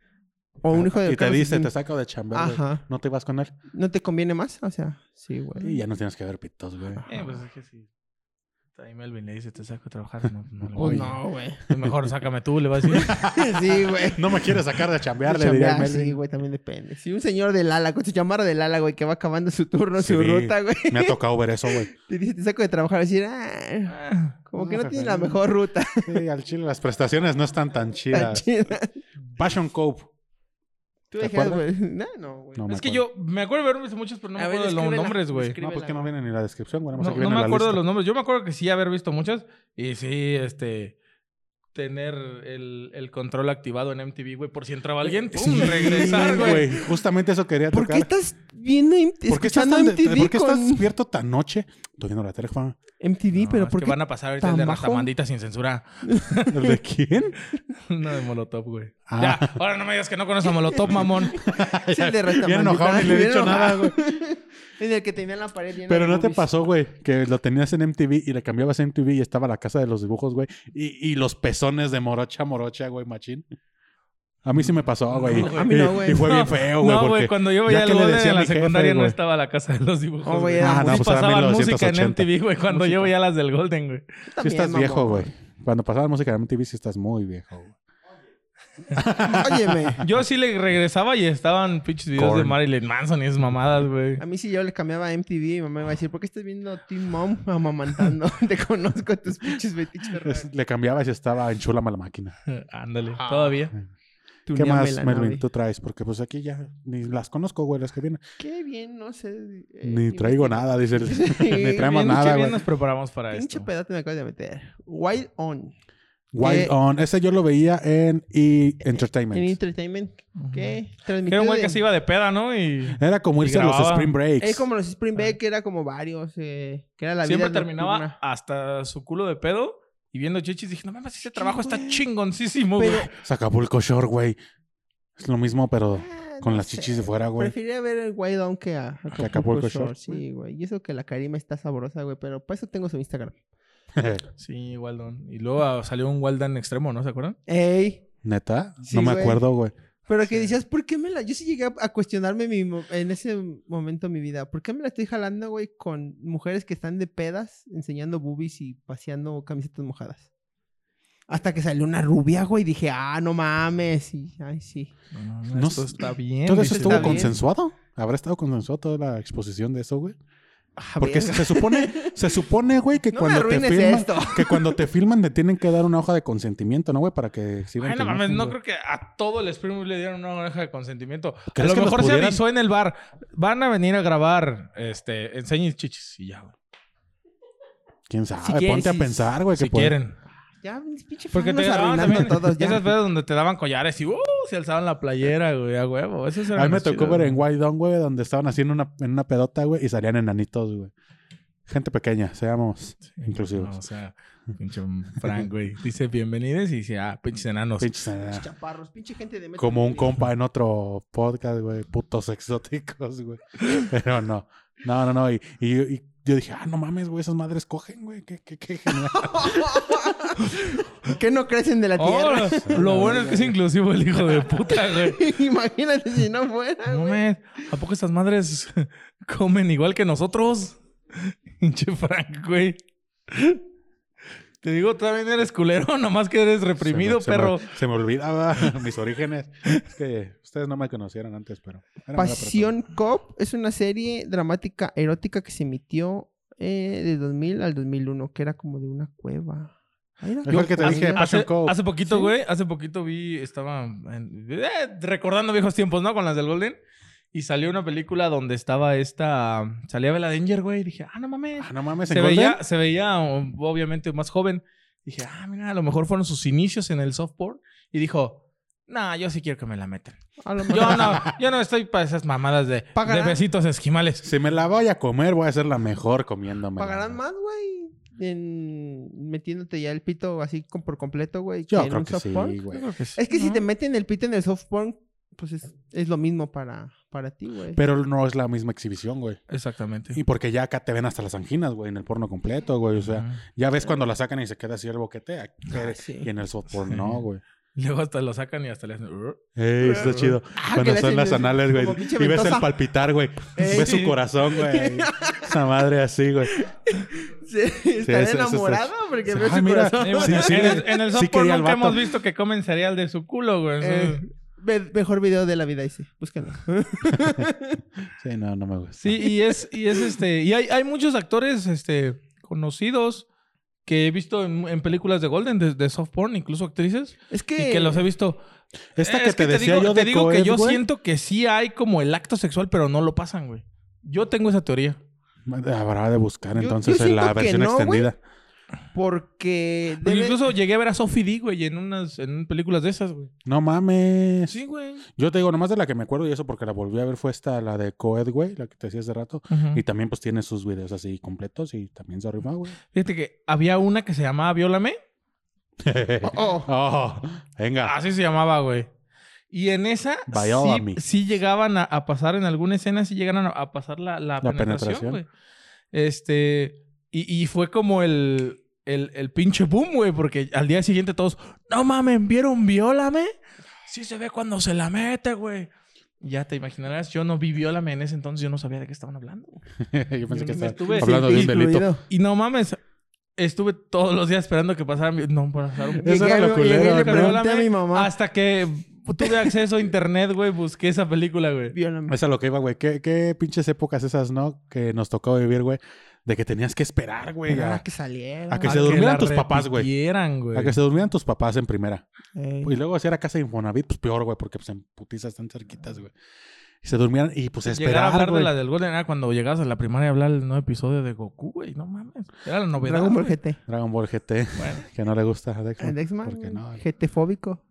Speaker 4: O un hijo de
Speaker 2: Ah, Y te
Speaker 4: Carlos
Speaker 2: dice,
Speaker 4: Slim,
Speaker 2: te saco de chambear. güey.
Speaker 4: Ajá.
Speaker 2: No te vas con él.
Speaker 4: ¿No te conviene más? O sea, sí,
Speaker 2: Y
Speaker 4: güey.
Speaker 2: ya no tienes que ver pitos, güey.
Speaker 3: Eh, pues es que sí. Ahí Melvin le dice, te saco a trabajar. No, no le
Speaker 4: Oh,
Speaker 3: voy.
Speaker 4: no, güey.
Speaker 3: Pues Mejor sácame tú, le va a decir.
Speaker 4: sí, güey.
Speaker 2: No me quieres sacar de chambear,
Speaker 4: De
Speaker 2: le diría el
Speaker 4: chambear,
Speaker 2: Melvin.
Speaker 4: sí, güey, también depende. Si un señor del ala, con su chamarra del ala, güey, que va acabando su turno,
Speaker 2: Sí.
Speaker 4: su ruta, güey,
Speaker 2: Me ha tocado ver eso, güey.
Speaker 4: te dice, te saco de trabajar, decir, ah,
Speaker 3: Ah,
Speaker 4: como que
Speaker 2: No,
Speaker 4: no tiene la
Speaker 2: jefe, no.
Speaker 4: mejor ruta.
Speaker 2: Sí, al chile las prestaciones no están tan
Speaker 4: Tan
Speaker 2: chidas.
Speaker 4: chida.
Speaker 2: Passion Cove.
Speaker 4: Tú
Speaker 2: ¿Te
Speaker 4: dijeras,
Speaker 2: acuerdas?
Speaker 4: güey, no, no, güey.
Speaker 2: No me
Speaker 3: es que
Speaker 2: acuerdo.
Speaker 3: yo me acuerdo de haber visto muchos, pero no
Speaker 4: A
Speaker 3: me
Speaker 4: ver,
Speaker 3: acuerdo de los
Speaker 4: escríbela,
Speaker 3: nombres, güey.
Speaker 4: escríbela,
Speaker 2: No, porque pues no
Speaker 4: güey.
Speaker 2: viene ni la descripción, güey.
Speaker 3: No,
Speaker 2: Nada más aquí
Speaker 3: no
Speaker 2: viene
Speaker 3: me
Speaker 2: la
Speaker 3: acuerdo de
Speaker 2: lista.
Speaker 3: los nombres. Yo me acuerdo que sí haber visto muchas. Y sí, este... Tener el, el control activado en MTV, güey. Por si entraba
Speaker 4: Eh,
Speaker 3: alguien, ¡pum!
Speaker 2: Sí,
Speaker 3: regresar, güey.
Speaker 2: güey. Justamente eso quería
Speaker 4: ¿Por qué
Speaker 2: tocar.
Speaker 4: estás viendo M-
Speaker 2: ¿Por qué estás,
Speaker 4: escuchando
Speaker 2: tan de-
Speaker 4: MTV
Speaker 2: ¿por qué estás
Speaker 4: con
Speaker 2: despierto tan noche? Estoy viendo la tele, Juan.
Speaker 4: MTV?
Speaker 3: No,
Speaker 4: pero
Speaker 3: es
Speaker 4: ¿por
Speaker 3: que
Speaker 4: qué?
Speaker 3: van a pasar ahorita el
Speaker 4: tan
Speaker 3: de
Speaker 4: bajo?
Speaker 3: Ratamandita sin censura.
Speaker 2: ¿De quién?
Speaker 3: Una de Molotov, güey.
Speaker 2: Ah.
Speaker 3: Ya, ahora no me digas que no conoces a Molotov, mamón.
Speaker 4: Es el de
Speaker 2: Bien enojado, ni le he
Speaker 4: Bien
Speaker 2: dicho nada,
Speaker 4: enojado.
Speaker 2: güey.
Speaker 4: En el que tenía la pared llena
Speaker 2: Pero
Speaker 4: de
Speaker 2: no te
Speaker 4: boobies.
Speaker 2: pasó, güey, que lo tenías en MTV y le cambiabas a MTV y estaba la casa de los dibujos, güey. Y, y los pezones de morocha, morocha, güey, machín. A mí sí me pasó, güey.
Speaker 3: No, güey.
Speaker 4: A mí no,
Speaker 2: Y-
Speaker 4: güey.
Speaker 2: Y fue bien feo, güey.
Speaker 3: No, güey,
Speaker 2: porque-
Speaker 3: cuando yo
Speaker 2: ya
Speaker 3: veía el
Speaker 2: que le
Speaker 3: golden
Speaker 2: decía
Speaker 3: en
Speaker 2: a
Speaker 3: la
Speaker 2: mi jefe,
Speaker 3: secundaria no
Speaker 2: güey.
Speaker 3: estaba la casa de los dibujos.
Speaker 4: No, güey,
Speaker 3: güey.
Speaker 4: era
Speaker 2: Ah, no,
Speaker 3: Sí
Speaker 2: pues era
Speaker 3: pasaban música en
Speaker 2: 1980.
Speaker 3: MTV, güey, cuando yo
Speaker 4: Música.
Speaker 3: veía las del Golden, güey.
Speaker 2: Sí
Speaker 4: También,
Speaker 2: estás
Speaker 4: mamón.
Speaker 2: viejo, güey. Cuando pasaba música en MTV sí estás muy viejo, güey.
Speaker 4: Óyeme.
Speaker 3: Yo sí le regresaba y estaban pinches videos de
Speaker 2: Korn.
Speaker 3: Marilyn Manson y esas mamadas, güey.
Speaker 4: A mí si yo le cambiaba a MTV, mi mamá iba a decir, ¿por qué estás viendo Team Mom amamantando? Te conozco tus pinches fetiches raros.
Speaker 2: Es- Le cambiabas y estaba en chula mala máquina.
Speaker 3: Ándale, todavía.
Speaker 2: ¿Qué
Speaker 4: Tuneame
Speaker 2: más,
Speaker 4: la
Speaker 2: Melvin,
Speaker 4: nave.
Speaker 2: tú traes? Porque pues aquí ya ni las conozco, güey, las que vienen.
Speaker 4: Qué bien, no sé. eh,
Speaker 2: Ni traigo
Speaker 4: investiga.
Speaker 2: nada, dice el... Ni
Speaker 4: Sí,
Speaker 2: traemos
Speaker 3: Bien,
Speaker 2: nada,
Speaker 3: che, bien
Speaker 2: güey.
Speaker 3: nos preparamos para
Speaker 4: Pinche
Speaker 3: esto.
Speaker 4: pedazo me acabas de meter. Wild On.
Speaker 2: Wild
Speaker 4: Eh,
Speaker 2: On. Ese yo lo veía en E! Entertainment.
Speaker 4: En Entertainment. ¿Qué? Transmitido
Speaker 3: Era un güey que
Speaker 4: de-
Speaker 3: se iba de peda, ¿no? Y
Speaker 2: Era como
Speaker 3: Y
Speaker 2: irse a los
Speaker 3: grababa.
Speaker 2: Spring Breaks.
Speaker 4: Es como los Spring Break, que era como varios. eh, que era la
Speaker 3: Ah. siempre
Speaker 4: vida
Speaker 3: terminaba
Speaker 4: nocturna.
Speaker 3: hasta su culo de pedo y viendo chichis. Dije, no mames, ese trabajo está
Speaker 4: güey.
Speaker 3: chingoncísimo, güey.
Speaker 4: Pero,
Speaker 2: Acapulco Shore, güey. Es lo mismo, pero
Speaker 4: ah,
Speaker 2: con
Speaker 4: no
Speaker 2: las
Speaker 4: sé.
Speaker 2: chichis de fuera, güey.
Speaker 4: Preferiría ver el Wild On que a Acapulco,
Speaker 2: Acapulco
Speaker 4: Shore.
Speaker 2: Shore.
Speaker 4: Sí, güey. Y eso que la carima está sabrosa, güey. Pero para eso tengo su Instagram.
Speaker 3: Sí, Waldon. Y luego ah, salió un Waldan extremo, ¿no? ¿Se acuerdan?
Speaker 4: ¡Ey!
Speaker 2: ¿Neta?
Speaker 4: Sí,
Speaker 2: no me
Speaker 4: güey.
Speaker 2: acuerdo, güey.
Speaker 4: Pero que decías, ¿por qué me la.? Yo sí llegué a- a cuestionarme mi mo- en ese momento de mi vida. ¿Por qué me la estoy jalando, güey, con mujeres que están de pedas enseñando boobies y paseando camisetas mojadas? Hasta que salió una rubia, güey, y dije, ah, no mames. Y, ay, sí.
Speaker 3: No,
Speaker 2: No
Speaker 3: esto
Speaker 2: s-
Speaker 3: está bien.
Speaker 2: ¿Todo eso
Speaker 3: dices,
Speaker 2: estuvo
Speaker 3: está bien.
Speaker 2: consensuado? ¿Habrá estado consensuado toda la exposición de eso, güey?
Speaker 4: Ah,
Speaker 2: Porque
Speaker 4: verga.
Speaker 2: se supone, se supone, güey, que
Speaker 4: No me
Speaker 2: cuando te
Speaker 4: arruines
Speaker 2: filman,
Speaker 4: esto.
Speaker 2: que cuando te filman te tienen que dar una hoja de consentimiento, ¿no, güey? Para que exhiban tu
Speaker 3: Ay, no mames,
Speaker 2: imagen,
Speaker 3: no
Speaker 2: güey.
Speaker 3: creo que a todo el Spring le dieron una oreja de consentimiento. A
Speaker 2: ¿Crees
Speaker 3: lo
Speaker 2: que nos
Speaker 3: mejor se
Speaker 2: pudieran?
Speaker 3: avisó en el bar. Van a venir a grabar, este, enseñen chichis y ya, güey.
Speaker 2: ¿Quién sabe?
Speaker 4: Si quieres,
Speaker 2: Ponte a
Speaker 4: si-
Speaker 2: pensar, güey, que
Speaker 3: Si
Speaker 2: puede-
Speaker 4: Ah,
Speaker 3: quieren.
Speaker 4: Ya, mis pinche
Speaker 3: Porque
Speaker 4: Porque
Speaker 3: te
Speaker 4: nos
Speaker 3: daban
Speaker 4: arruinando
Speaker 3: también
Speaker 4: todos. Ya.
Speaker 3: esas veces donde te daban collares y ¡uh! Se alzaban la playera, güey, a huevo. Eso
Speaker 2: A mí me tocó ver en White Down, güey, donde estaban haciendo una, en una pedota, güey, y salían enanitos, güey. Gente pequeña, seamos inclusivos.
Speaker 3: o sea, pinche Frank, güey. Dice bienvenidos y dice, ah, pinches enanos.
Speaker 2: Pinches, eh,
Speaker 4: Chaparros, pinche gente de metro
Speaker 2: como un
Speaker 4: y medio.
Speaker 2: compa en otro podcast, güey. Putos exóticos, güey. Pero no. No, no, no. Y, y- y yo dije, ah, no mames, güey, esas madres cogen, güey. Qué, qué, qué genial.
Speaker 4: Que no crecen de la
Speaker 3: Oh,
Speaker 4: tierra.
Speaker 3: lo bueno es que es inclusivo el hijo de puta, güey.
Speaker 4: Imagínate si no fuera.
Speaker 3: No mames, ¿a poco estas madres comen igual que nosotros? Pinche Frank, güey. Te digo, también eres culero, nomás que eres reprimido,
Speaker 2: Se me-
Speaker 3: perro.
Speaker 2: Se me, se me olvidaba mis orígenes. Es que ustedes no me conocieron antes, pero. era mala
Speaker 4: Pasión Cop es una serie dramática erótica que se emitió eh, de 2000 al 2001, que era como de una cueva. Ahí era
Speaker 2: Es el que te
Speaker 4: cueva.
Speaker 2: dije, Passion
Speaker 3: Hace,
Speaker 2: Cove.
Speaker 3: hace poquito,
Speaker 4: Sí.
Speaker 3: güey, hace poquito vi, estaba en- eh, recordando viejos tiempos, ¿no? Con las del Golden. Y salió una película donde estaba esta. Salía Bella Danger, güey. Y dije, ah, no mames.
Speaker 2: Ah, no mames, ¿en
Speaker 3: se,
Speaker 2: Golden?
Speaker 3: veía, se veía o- obviamente más joven. Dije, ah, mira, a lo mejor fueron sus inicios en el softboard. Y dijo, nah, yo sí quiero que me la metan.
Speaker 4: A lo
Speaker 3: Yo
Speaker 4: mejor.
Speaker 3: no, yo no estoy para esas mamadas de,
Speaker 4: Pagarán.
Speaker 3: de besitos esquimales.
Speaker 2: Si me la voy a comer, voy a ser la mejor comiéndome.
Speaker 4: Pagarán más, güey. En... Metiéndote ya el pito así con- por completo, güey.
Speaker 2: Yo
Speaker 4: en
Speaker 2: creo
Speaker 4: un
Speaker 2: que
Speaker 4: soft
Speaker 2: sí,
Speaker 4: porn.
Speaker 2: güey.
Speaker 4: Es que si te meten el pito en el soft porn, pues es, es lo mismo para, para ti, güey.
Speaker 2: Pero no es la misma exhibición, güey.
Speaker 3: Exactamente.
Speaker 2: Y porque ya acá te ven hasta las anginas, güey, en el porno completo, güey. O sea,
Speaker 3: Ajá.
Speaker 2: ya ves cuando la sacan y se queda así el boquete. a-
Speaker 4: Ah, sí.
Speaker 2: Y en el soft
Speaker 3: Sí.
Speaker 2: porn, no, güey.
Speaker 3: Luego hasta lo sacan y hasta le hacen. "Ur".
Speaker 2: Ey, está chido.
Speaker 4: Ah, que
Speaker 2: Cuando
Speaker 4: le
Speaker 2: son
Speaker 4: hacen
Speaker 2: las
Speaker 4: así,
Speaker 2: anales, güey.
Speaker 4: como pinche
Speaker 2: Y ves el
Speaker 4: ventosa.
Speaker 2: palpitar, güey.
Speaker 4: Ey.
Speaker 2: Ves su corazón, güey. Esa madre así, güey.
Speaker 4: Sí, Estar
Speaker 2: eso- eso está
Speaker 4: enamorado
Speaker 2: ch-
Speaker 4: porque
Speaker 2: Ah,
Speaker 4: ve su
Speaker 2: mira.
Speaker 4: corazón.
Speaker 3: Eh,
Speaker 2: Sí, sí,
Speaker 3: en, el, en el
Speaker 2: sí
Speaker 3: softcore
Speaker 2: quería el
Speaker 3: nunca
Speaker 2: vato.
Speaker 3: hemos visto que comen cereal de su culo, güey.
Speaker 4: Eh, ve- mejor video de la vida ese. Búscalo.
Speaker 2: Sí, no, no me gusta.
Speaker 3: Sí, y es, y es este. Y hay, hay muchos actores este, conocidos que he visto en, en películas de Golden, de, de soft porn, incluso actrices,
Speaker 4: Es
Speaker 3: y
Speaker 4: que...
Speaker 3: que los he visto.
Speaker 2: Esta
Speaker 3: Eh,
Speaker 2: que
Speaker 3: es
Speaker 2: te decía
Speaker 3: digo,
Speaker 2: yo
Speaker 3: te
Speaker 2: de
Speaker 3: digo que
Speaker 2: Coed,
Speaker 3: yo
Speaker 2: güey.
Speaker 3: siento que sí hay como el acto sexual, pero no lo pasan, güey. Yo tengo esa teoría.
Speaker 2: Habrá de buscar
Speaker 4: Yo-
Speaker 2: entonces
Speaker 4: yo
Speaker 2: en la
Speaker 4: siento que
Speaker 2: versión
Speaker 4: no, güey.
Speaker 2: extendida.
Speaker 4: Porque...
Speaker 3: Porque
Speaker 4: debe-
Speaker 3: Pues Incluso llegué a ver a Sophie D, güey, en unas en películas de esas, güey.
Speaker 2: No mames.
Speaker 3: Sí, güey.
Speaker 2: Yo te digo, nomás de la que me acuerdo y eso porque la volví a ver fue esta, la de Coed, güey, la que te decía hace rato.
Speaker 3: Ujú.
Speaker 2: Y también pues tiene sus videos así completos y también se arrima, güey.
Speaker 3: Fíjate que había una que se llamaba Viólame.
Speaker 4: Oh, oh.
Speaker 2: oh, venga.
Speaker 3: Así se llamaba, güey. Y en esa sí,
Speaker 2: Biolami.
Speaker 3: sí llegaban a, a pasar, en alguna escena sí llegaron a, a pasar la, la,
Speaker 2: La
Speaker 3: penetración,
Speaker 2: penetración.
Speaker 3: güey. Este, y, y fue como el, el, el pinche boom, güey, porque al día siguiente todos, no mames, ¿vieron Viólame? Sí se ve cuando se la mete, güey. Ya te imaginarás, yo no vi Viólame en ese entonces, yo no sabía de qué estaban hablando.
Speaker 2: Yo pensé
Speaker 3: Yo
Speaker 2: que estaba
Speaker 3: me estuve
Speaker 2: hablando de un delito.
Speaker 4: Incluido.
Speaker 3: Y no mames, estuve todos los días esperando que pasara. mi- No, pasaron
Speaker 2: Eso era
Speaker 4: Llegué a-
Speaker 2: lo culero,
Speaker 4: llegué y le
Speaker 2: ¿no?
Speaker 4: pregunté a
Speaker 3: Viólame,
Speaker 4: mi mamá.
Speaker 3: Hasta que tuve acceso a internet, güey, busqué esa película, güey.
Speaker 4: Viólame.
Speaker 2: Esa es lo que iba, güey. ¿Qué, qué pinches épocas esas, ¿no? Que nos tocó vivir, güey. De que tenías que esperar, güey.
Speaker 4: Esperar
Speaker 2: A,
Speaker 4: a que saliera.
Speaker 2: a que se durmieran tus papás, güey. a que
Speaker 3: güey.
Speaker 2: se durmieran tus papás en primera.
Speaker 4: Ey.
Speaker 2: Y luego si era casa de Infonavit, pues peor, güey, porque pues en putizas están cerquitas, güey. Y se durmían y pues
Speaker 3: Llegar a
Speaker 2: esperar,
Speaker 3: hablar de
Speaker 2: güey.
Speaker 3: la del Golden era cuando llegabas a la primaria a hablar del nuevo episodio de Goku, güey. No mames. Era la novedad.
Speaker 4: Dragon Ball
Speaker 3: güey.
Speaker 4: GT.
Speaker 2: Dragon Ball GT,
Speaker 3: Bueno, Eh,
Speaker 2: que no le gusta a Dexman.
Speaker 4: Dexman.
Speaker 2: Pues, ¿Por qué no?
Speaker 4: GT fóbico.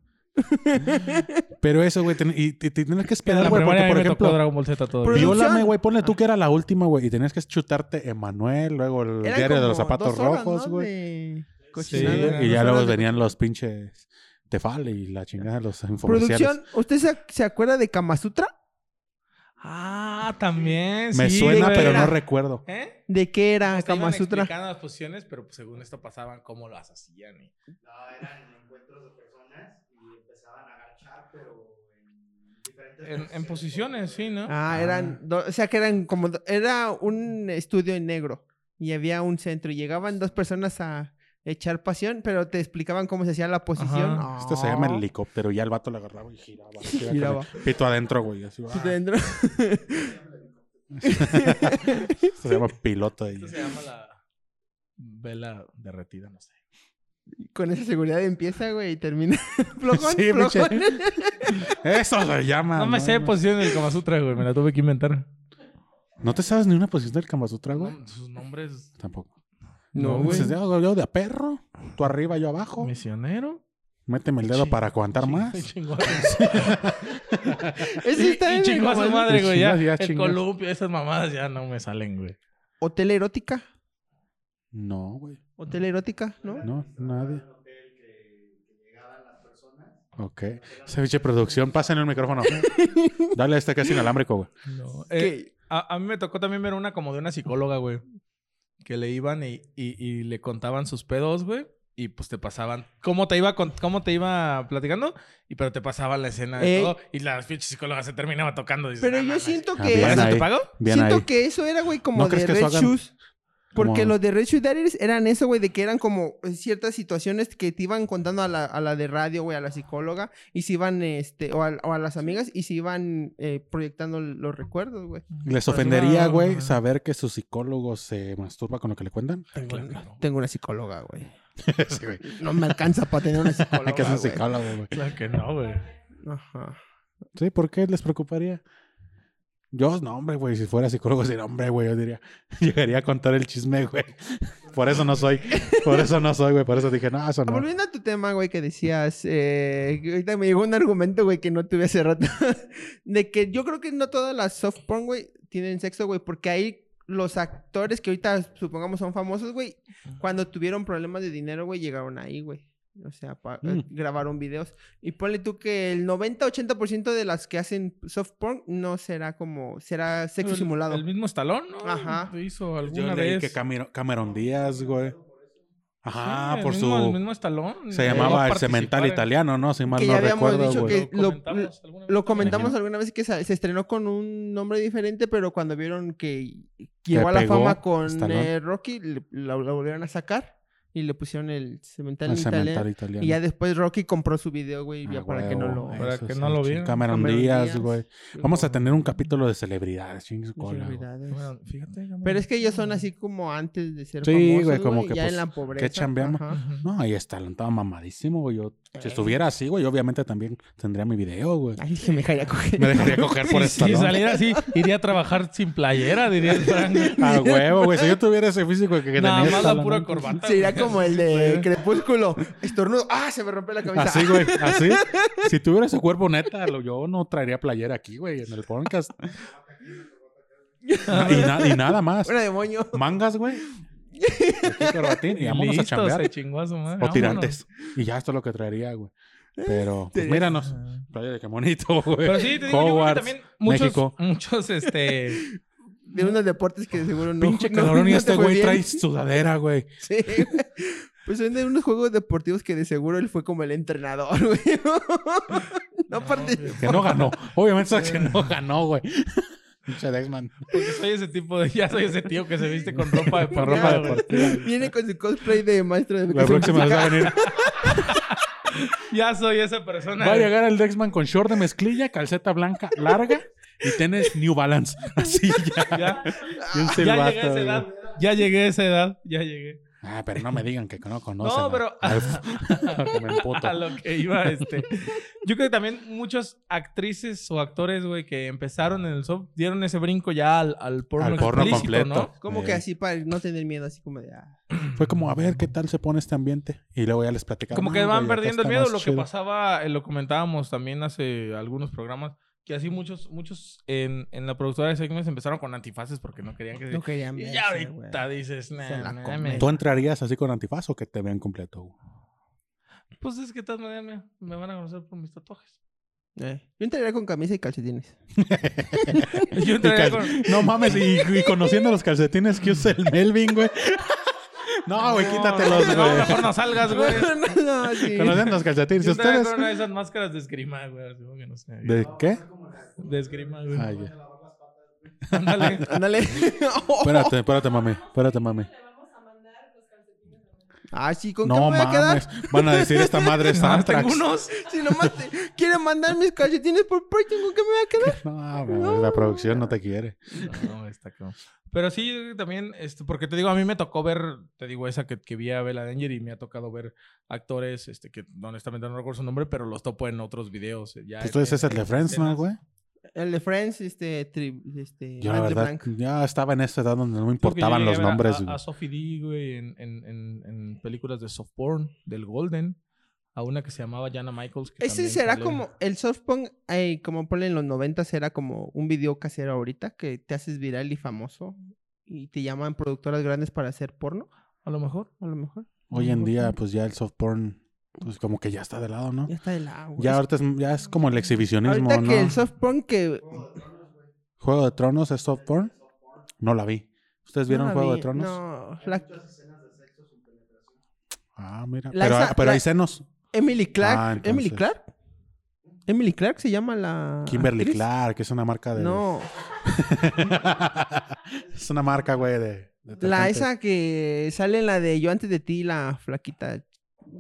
Speaker 2: Pero eso, güey, ten- y, y- y tenías que
Speaker 3: en
Speaker 2: esperar,
Speaker 3: la
Speaker 2: güey, porque,
Speaker 3: primaria a mí
Speaker 2: por
Speaker 3: me tocó
Speaker 2: ejemplo,
Speaker 3: Dragon Ball Z todo.
Speaker 4: Pero- Producción.
Speaker 2: viólame, güey, ponle tú que era la última, güey, y tenías que chutarte Emanuel, luego el
Speaker 4: Eran
Speaker 2: diario de
Speaker 4: como
Speaker 2: los zapatos
Speaker 4: dos horas,
Speaker 2: rojos,
Speaker 4: ¿no?
Speaker 2: güey.
Speaker 4: de
Speaker 2: Sí,
Speaker 4: cochinada.
Speaker 3: Nada,
Speaker 2: y
Speaker 3: no
Speaker 2: ya
Speaker 3: son
Speaker 2: luego
Speaker 3: las de-
Speaker 2: venían los pinches Tefal y la chingada de los infomerciales.
Speaker 4: Producción, ¿usted se, se acuerda de Kama Sutra?
Speaker 3: Ah, también.
Speaker 2: Me
Speaker 3: sí,
Speaker 2: suena,
Speaker 3: güey.
Speaker 2: pero
Speaker 4: era.
Speaker 2: no recuerdo.
Speaker 3: ¿Eh?
Speaker 4: ¿De qué era
Speaker 3: Hasta
Speaker 4: Kama
Speaker 3: iban
Speaker 4: Sutra?
Speaker 3: explicando las posiciones, pero pues, según esto pasaban cómo las hacían. ¿eh? y-
Speaker 5: No, eran encuentros de personas y empezaban a agachar, pero en diferentes
Speaker 3: En, en posiciones, sí, ¿no?
Speaker 4: Ah, eran, do- o sea que eran como, do- era un estudio en negro y había un centro y llegaban dos personas a echar pasión, pero te explicaban cómo se hacía la posición.
Speaker 3: Ajá.
Speaker 2: Esto se llama el
Speaker 4: Ah.
Speaker 2: helicóptero. Y ya el vato le agarraba y giraba. así, acá,
Speaker 4: Giraba.
Speaker 2: Pito adentro, güey. así, ah,
Speaker 4: Pues Dentro.
Speaker 2: esto se llama piloto. de-
Speaker 3: Esto se llama la vela derretida, no sé.
Speaker 4: Con esa seguridad empieza, güey, y termina. Flojón,
Speaker 2: Sí,
Speaker 4: flojón.
Speaker 2: pinche. Eso se llama.
Speaker 3: No me sé
Speaker 2: Ah,
Speaker 3: pues.
Speaker 2: no.
Speaker 3: posición del Kama Sutra, güey. Me la tuve que inventar.
Speaker 2: ¿No te sabes ni una posición del Kama Sutra, güey?
Speaker 3: No, sus nombres.
Speaker 2: Tampoco.
Speaker 3: No,
Speaker 2: Dices, Yo, yo de a perro. Tú arriba, yo abajo.
Speaker 3: Misionero.
Speaker 2: Méteme el dedo para aguantar más.
Speaker 3: Y chingó,
Speaker 4: Ese está
Speaker 3: y
Speaker 4: en-
Speaker 3: chingó a su
Speaker 4: como el
Speaker 3: madre,
Speaker 2: Y
Speaker 3: güey. Ya,
Speaker 2: chingas, ya
Speaker 3: el
Speaker 2: chingas.
Speaker 3: columpio, esas mamadas ya no me salen, güey.
Speaker 4: Hotel erótica.
Speaker 2: No, güey.
Speaker 4: Hotel erótica, ¿no?
Speaker 2: No, nadie.
Speaker 5: hotel que, que llegaban las personas.
Speaker 2: Ok. Esa pinche producción, pasen el micrófono. Dale a este que es inalámbrico, güey.
Speaker 3: No. Eh, a, a mí me tocó también ver una como de una psicóloga, güey. Que le iban y, y- y le contaban sus pedos, güey. Y pues te pasaban cómo te iba con- cómo te iba platicando, y pero te pasaban la escena de
Speaker 4: Ey.
Speaker 3: todo. Y la pinche psicóloga se terminaba tocando. dices,
Speaker 4: Eh, Pero
Speaker 3: "No
Speaker 4: yo
Speaker 3: mames".
Speaker 4: siento
Speaker 2: Ah,
Speaker 4: que
Speaker 2: bien
Speaker 3: ¿Para eso
Speaker 2: ahí.
Speaker 3: te pago?
Speaker 2: Bien
Speaker 4: Siento
Speaker 2: ahí.
Speaker 4: que eso era, güey, como
Speaker 2: ¿No
Speaker 4: de
Speaker 2: crees que
Speaker 4: Red
Speaker 2: eso hagan-
Speaker 4: Shoes.
Speaker 2: Como-
Speaker 4: Porque los de Red Shoes Diaries eran eso, güey, de que eran como eh, ciertas situaciones que te iban contando a la, a la de radio, güey, a la psicóloga, y se iban, este, o a, o a las amigas, y se iban eh, proyectando los recuerdos, güey.
Speaker 2: ¿Les ofendería,
Speaker 3: no,
Speaker 2: güey,
Speaker 3: no.
Speaker 2: saber que su psicólogo se masturba con lo que le cuentan?
Speaker 4: Tengo una psicóloga, güey. No me alcanza para tener una psicóloga.
Speaker 2: que es un
Speaker 4: güey.
Speaker 2: psicólogo, güey.
Speaker 3: Claro que no, güey.
Speaker 4: Ajá.
Speaker 2: Sí, ¿por qué les preocuparía? Yo, no, hombre, güey, si fuera psicólogo, sería hombre, güey, yo diría, llegaría a contar el chisme, güey. Por eso no soy, por eso no soy, güey, por eso dije, no, eso no.
Speaker 4: Volviendo a tu tema, güey, que decías, eh, que ahorita me llegó un argumento, güey, que no tuve hace rato, de que yo creo que no todas las soft porn, güey, tienen sexo, güey, porque ahí los actores que ahorita supongamos son famosos, güey, cuando tuvieron problemas de dinero, güey, llegaron ahí, güey. O sea, pa-
Speaker 3: Mm.
Speaker 4: eh, grabaron videos. Y ponle tú que el 90-80% de las que hacen soft porn no será como, será sexo
Speaker 3: El-
Speaker 4: simulado.
Speaker 3: El mismo estalón, ¿no?
Speaker 4: Ajá.
Speaker 3: Lo hizo alguna
Speaker 2: Pues Yo leí
Speaker 3: vez.
Speaker 2: que Cameron, Cameron Díaz, güey. Ajá, Ah,
Speaker 3: Sí, el
Speaker 2: por
Speaker 3: mismo- El
Speaker 2: su...
Speaker 3: mismo estalón.
Speaker 2: Se
Speaker 3: Eh,
Speaker 2: llamaba el
Speaker 3: participar
Speaker 2: cemental
Speaker 3: en-
Speaker 2: italiano, ¿no? Si mal
Speaker 4: Que
Speaker 2: no
Speaker 4: ya habíamos
Speaker 2: recuerdo,
Speaker 4: dicho
Speaker 2: güey.
Speaker 4: que lo-
Speaker 3: comentamos alguna vez.
Speaker 4: Lo comentamos
Speaker 2: Imagino.
Speaker 4: alguna vez que sa- se estrenó con un nombre diferente, pero cuando vieron que
Speaker 2: Que
Speaker 4: llegó a la
Speaker 2: pegó,
Speaker 4: fama con
Speaker 2: Stallone.
Speaker 4: eh, Rocky, le- la, la volvieron a sacar y le pusieron el cemental
Speaker 2: El
Speaker 4: italiano.
Speaker 2: cemental italiano.
Speaker 4: Y ya después Rocky compró su video, güey, ya
Speaker 2: Ah,
Speaker 4: ah, para que no
Speaker 2: huevo,
Speaker 4: lo...
Speaker 2: eso
Speaker 3: para que
Speaker 2: sí,
Speaker 3: no lo
Speaker 2: ching-
Speaker 3: vieran.
Speaker 2: Cameron
Speaker 4: Cameron
Speaker 2: Díaz,
Speaker 4: Díaz.
Speaker 2: güey. Vamos a tener un capítulo de celebridades, ching su cola, güey.
Speaker 4: Celebridades.
Speaker 3: Bueno, mm. fíjate. ya me-
Speaker 4: Pero es que ellos son así como antes de ser
Speaker 2: Sí,
Speaker 4: famosos,
Speaker 2: güey, como que,
Speaker 4: ya
Speaker 2: pues,
Speaker 4: en la
Speaker 2: ¿qué
Speaker 4: pobreza.
Speaker 2: chambeamos?
Speaker 4: ajá.
Speaker 3: Ujú.
Speaker 2: No, ahí está, estaba mamadísimo, güey. Yo, si
Speaker 4: Eh.
Speaker 2: estuviera así, güey, obviamente también tendría mi video, güey.
Speaker 4: Ay, se me dejaría coger.
Speaker 2: Me dejaría coger por
Speaker 3: Y
Speaker 2: esta.
Speaker 3: si saliera así, iría a trabajar sin playera, diría el Frank.
Speaker 2: A huevo, güey. Si yo tuviera ese físico que, que
Speaker 3: Nada
Speaker 2: tenía
Speaker 3: más la
Speaker 2: Stallone,
Speaker 3: pura
Speaker 2: ¿no?
Speaker 3: corbata.
Speaker 4: Sería
Speaker 3: güey.
Speaker 4: como el de Crepúsculo. Estornudo. ¡Ah! Se me rompe la cabeza.
Speaker 2: Así, güey, así. Si tuviera ese cuerpo neta, lo- yo no traería playera aquí, güey, en el podcast. Ah, y, na- y nada más.
Speaker 4: Bueno, demonio.
Speaker 2: Mangas, güey. Aquí corbatín y vámonos
Speaker 3: Listo,
Speaker 2: a chambear.
Speaker 3: se chingó a su madre.
Speaker 2: O
Speaker 3: Ah, vámonos. Eh,
Speaker 2: tirantes. Y ya esto es lo que traería, güey. Pero, pues
Speaker 4: Te-
Speaker 2: míranos. Playa de qué bonito, güey.
Speaker 3: Pero sí, te digo, yo creo que
Speaker 2: Hogwarts,
Speaker 3: también muchos,
Speaker 2: México.
Speaker 3: muchos, este...
Speaker 4: De unos deportes que de seguro no.
Speaker 2: Pinche
Speaker 4: no-
Speaker 2: calorón y
Speaker 4: no te
Speaker 2: este
Speaker 4: fue
Speaker 2: güey
Speaker 4: bien.
Speaker 2: trae sudadera, güey.
Speaker 4: Sí, güey. Pues son de unos juegos deportivos que de seguro él fue como el entrenador, güey. No, participó.
Speaker 2: Que no ganó. Obviamente sabes que
Speaker 3: Eh.
Speaker 2: no ganó, güey. Pinche Dexman.
Speaker 3: Porque soy ese tipo de... Ya soy ese tío que se viste con ropa de
Speaker 2: Con
Speaker 3: por
Speaker 2: ropa
Speaker 4: Ya,
Speaker 2: deportiva.
Speaker 4: Viene con su cosplay de maestro de
Speaker 2: La
Speaker 4: educación
Speaker 2: próxima vez va a
Speaker 4: física.
Speaker 2: venir.
Speaker 3: Ya soy esa persona.
Speaker 2: Va a llegar el Dexman con short de mezclilla, calceta blanca larga y tenis New Balance. Así ya.
Speaker 3: Ya,
Speaker 2: Y un
Speaker 3: ya
Speaker 2: silbato,
Speaker 3: llegué a esa
Speaker 2: güey.
Speaker 3: edad. Ya llegué a esa edad. Ya llegué.
Speaker 2: Ah, pero no me digan que no conocen.
Speaker 3: No,
Speaker 2: a-
Speaker 3: pero-
Speaker 2: al- que me emputo.
Speaker 3: a lo que iba este. Yo creo que también muchas actrices o actores, güey, que empezaron en el soft dieron ese brinco ya al, al porno,
Speaker 2: Al porno
Speaker 3: explícito,
Speaker 2: completo.
Speaker 3: ¿no?
Speaker 4: Como que así para no tener miedo, así como de. ah.
Speaker 2: Fue como, a ver qué tal se pone este ambiente. Y luego ya les platicamos.
Speaker 3: Como que van perdiendo el miedo, lo que pasaba, eh, lo comentábamos también hace algunos programas, que así muchos muchos en, en la productora de segments empezaron con antifaces porque no querían que se...
Speaker 4: No querían
Speaker 3: y
Speaker 4: ver.
Speaker 3: ya ahorita dices, nah,
Speaker 4: Se la
Speaker 3: nah,
Speaker 4: comen.
Speaker 3: me-
Speaker 2: ¿Tú entrarías así con antifaz o que te vean completo? güey?
Speaker 3: pues es que de todas maneras mira, me van a conocer por mis tatuajes.
Speaker 4: Eh. Yo entraría con camisa y calcetines.
Speaker 3: Yo
Speaker 2: Y
Speaker 3: entraría
Speaker 2: cal-
Speaker 3: con-
Speaker 2: No mames, y, y conociendo los calcetines que usa el Melvin, güey. No, güey,
Speaker 3: No,
Speaker 2: quítatelos,
Speaker 3: no,
Speaker 2: güey.
Speaker 3: mejor no salgas, Pues, güey.
Speaker 4: no, no, sí.
Speaker 2: Conociendo los calcetines.
Speaker 3: Yo entraría
Speaker 2: ¿Ustedes?
Speaker 3: con una de esas máscaras de esgrima, güey. así como que no sé.
Speaker 2: ¿De qué?
Speaker 3: De esgrima, güey.
Speaker 2: Ah, ya.
Speaker 3: Ándale.
Speaker 4: Ándale.
Speaker 2: Ah, Espérate, espérate, mami. Espérate, mami.
Speaker 4: Ah, sí, ¿con qué me
Speaker 2: No
Speaker 4: voy a quedar?
Speaker 2: mames. Van a decir esta madre es
Speaker 3: Ah,
Speaker 2: Antrax.
Speaker 3: tengo unos.
Speaker 4: Si nomás te- quieren mandar mis calcetines por Patreon, ¿con qué me voy a quedar?
Speaker 2: No, güey, la producción no te quiere.
Speaker 3: No, está cabrón. Pero sí, yo creo que también, este, porque te digo, a mí me tocó ver, te digo, esa que, que vi a Bella Danger y me ha tocado ver actores, este, que honestamente no recuerdo su nombre, pero los topo en otros videos. eh, Ya
Speaker 2: Pues tú
Speaker 3: en-
Speaker 2: dices
Speaker 3: en-
Speaker 2: el de
Speaker 3: en
Speaker 2: Friends, ¿no,
Speaker 3: escenas.
Speaker 2: güey?
Speaker 4: El de Friends, este, tri- este
Speaker 2: Yo, la
Speaker 4: Matt
Speaker 2: verdad,
Speaker 4: LeBlanc.
Speaker 2: ya estaba en esa edad donde no me
Speaker 3: Creo que yo
Speaker 2: importaban
Speaker 3: llegué a
Speaker 2: los
Speaker 3: ver a-
Speaker 2: nombres.
Speaker 3: A,
Speaker 2: güey.
Speaker 3: a Sophie D, güey, en, en- en- en películas de soft porn, del Golden. a una que se llamaba Jana Michaels. que
Speaker 4: Ese
Speaker 3: también
Speaker 4: será
Speaker 3: sale-
Speaker 4: como el softpunk, eh, como ponle en los 90 era como un video casero ahorita que te haces viral y famoso y te llaman productoras grandes para hacer porno,
Speaker 3: A lo mejor.
Speaker 4: a lo mejor.
Speaker 2: Hoy en día, pues ya el soft porn, pues como que ya está de lado, ¿no?
Speaker 4: Ya está del agua.
Speaker 2: Ya ahorita es, ya es como el exhibicionismo,
Speaker 4: ahorita
Speaker 2: ¿no?
Speaker 4: que el softpunk que
Speaker 2: Juego de Tronos es soft porn. No la vi. ¿Ustedes vieron
Speaker 4: No la
Speaker 2: Juego
Speaker 4: vi,
Speaker 2: de Tronos?
Speaker 4: No, la
Speaker 2: Ah, mira.
Speaker 4: La
Speaker 2: pero
Speaker 4: esa-
Speaker 2: pero
Speaker 4: la-
Speaker 2: hay senos.
Speaker 4: Emily Clark,
Speaker 2: Ah, entonces.
Speaker 4: Emily Clark. Emily Clark se llama la
Speaker 2: Kimberly
Speaker 4: actriz.
Speaker 2: Clark, que es una marca de.
Speaker 4: Ah, No,
Speaker 2: es una marca, güey, de. de
Speaker 4: la
Speaker 2: detergentes.
Speaker 4: esa que sale en la de Yo antes de ti, la flaquita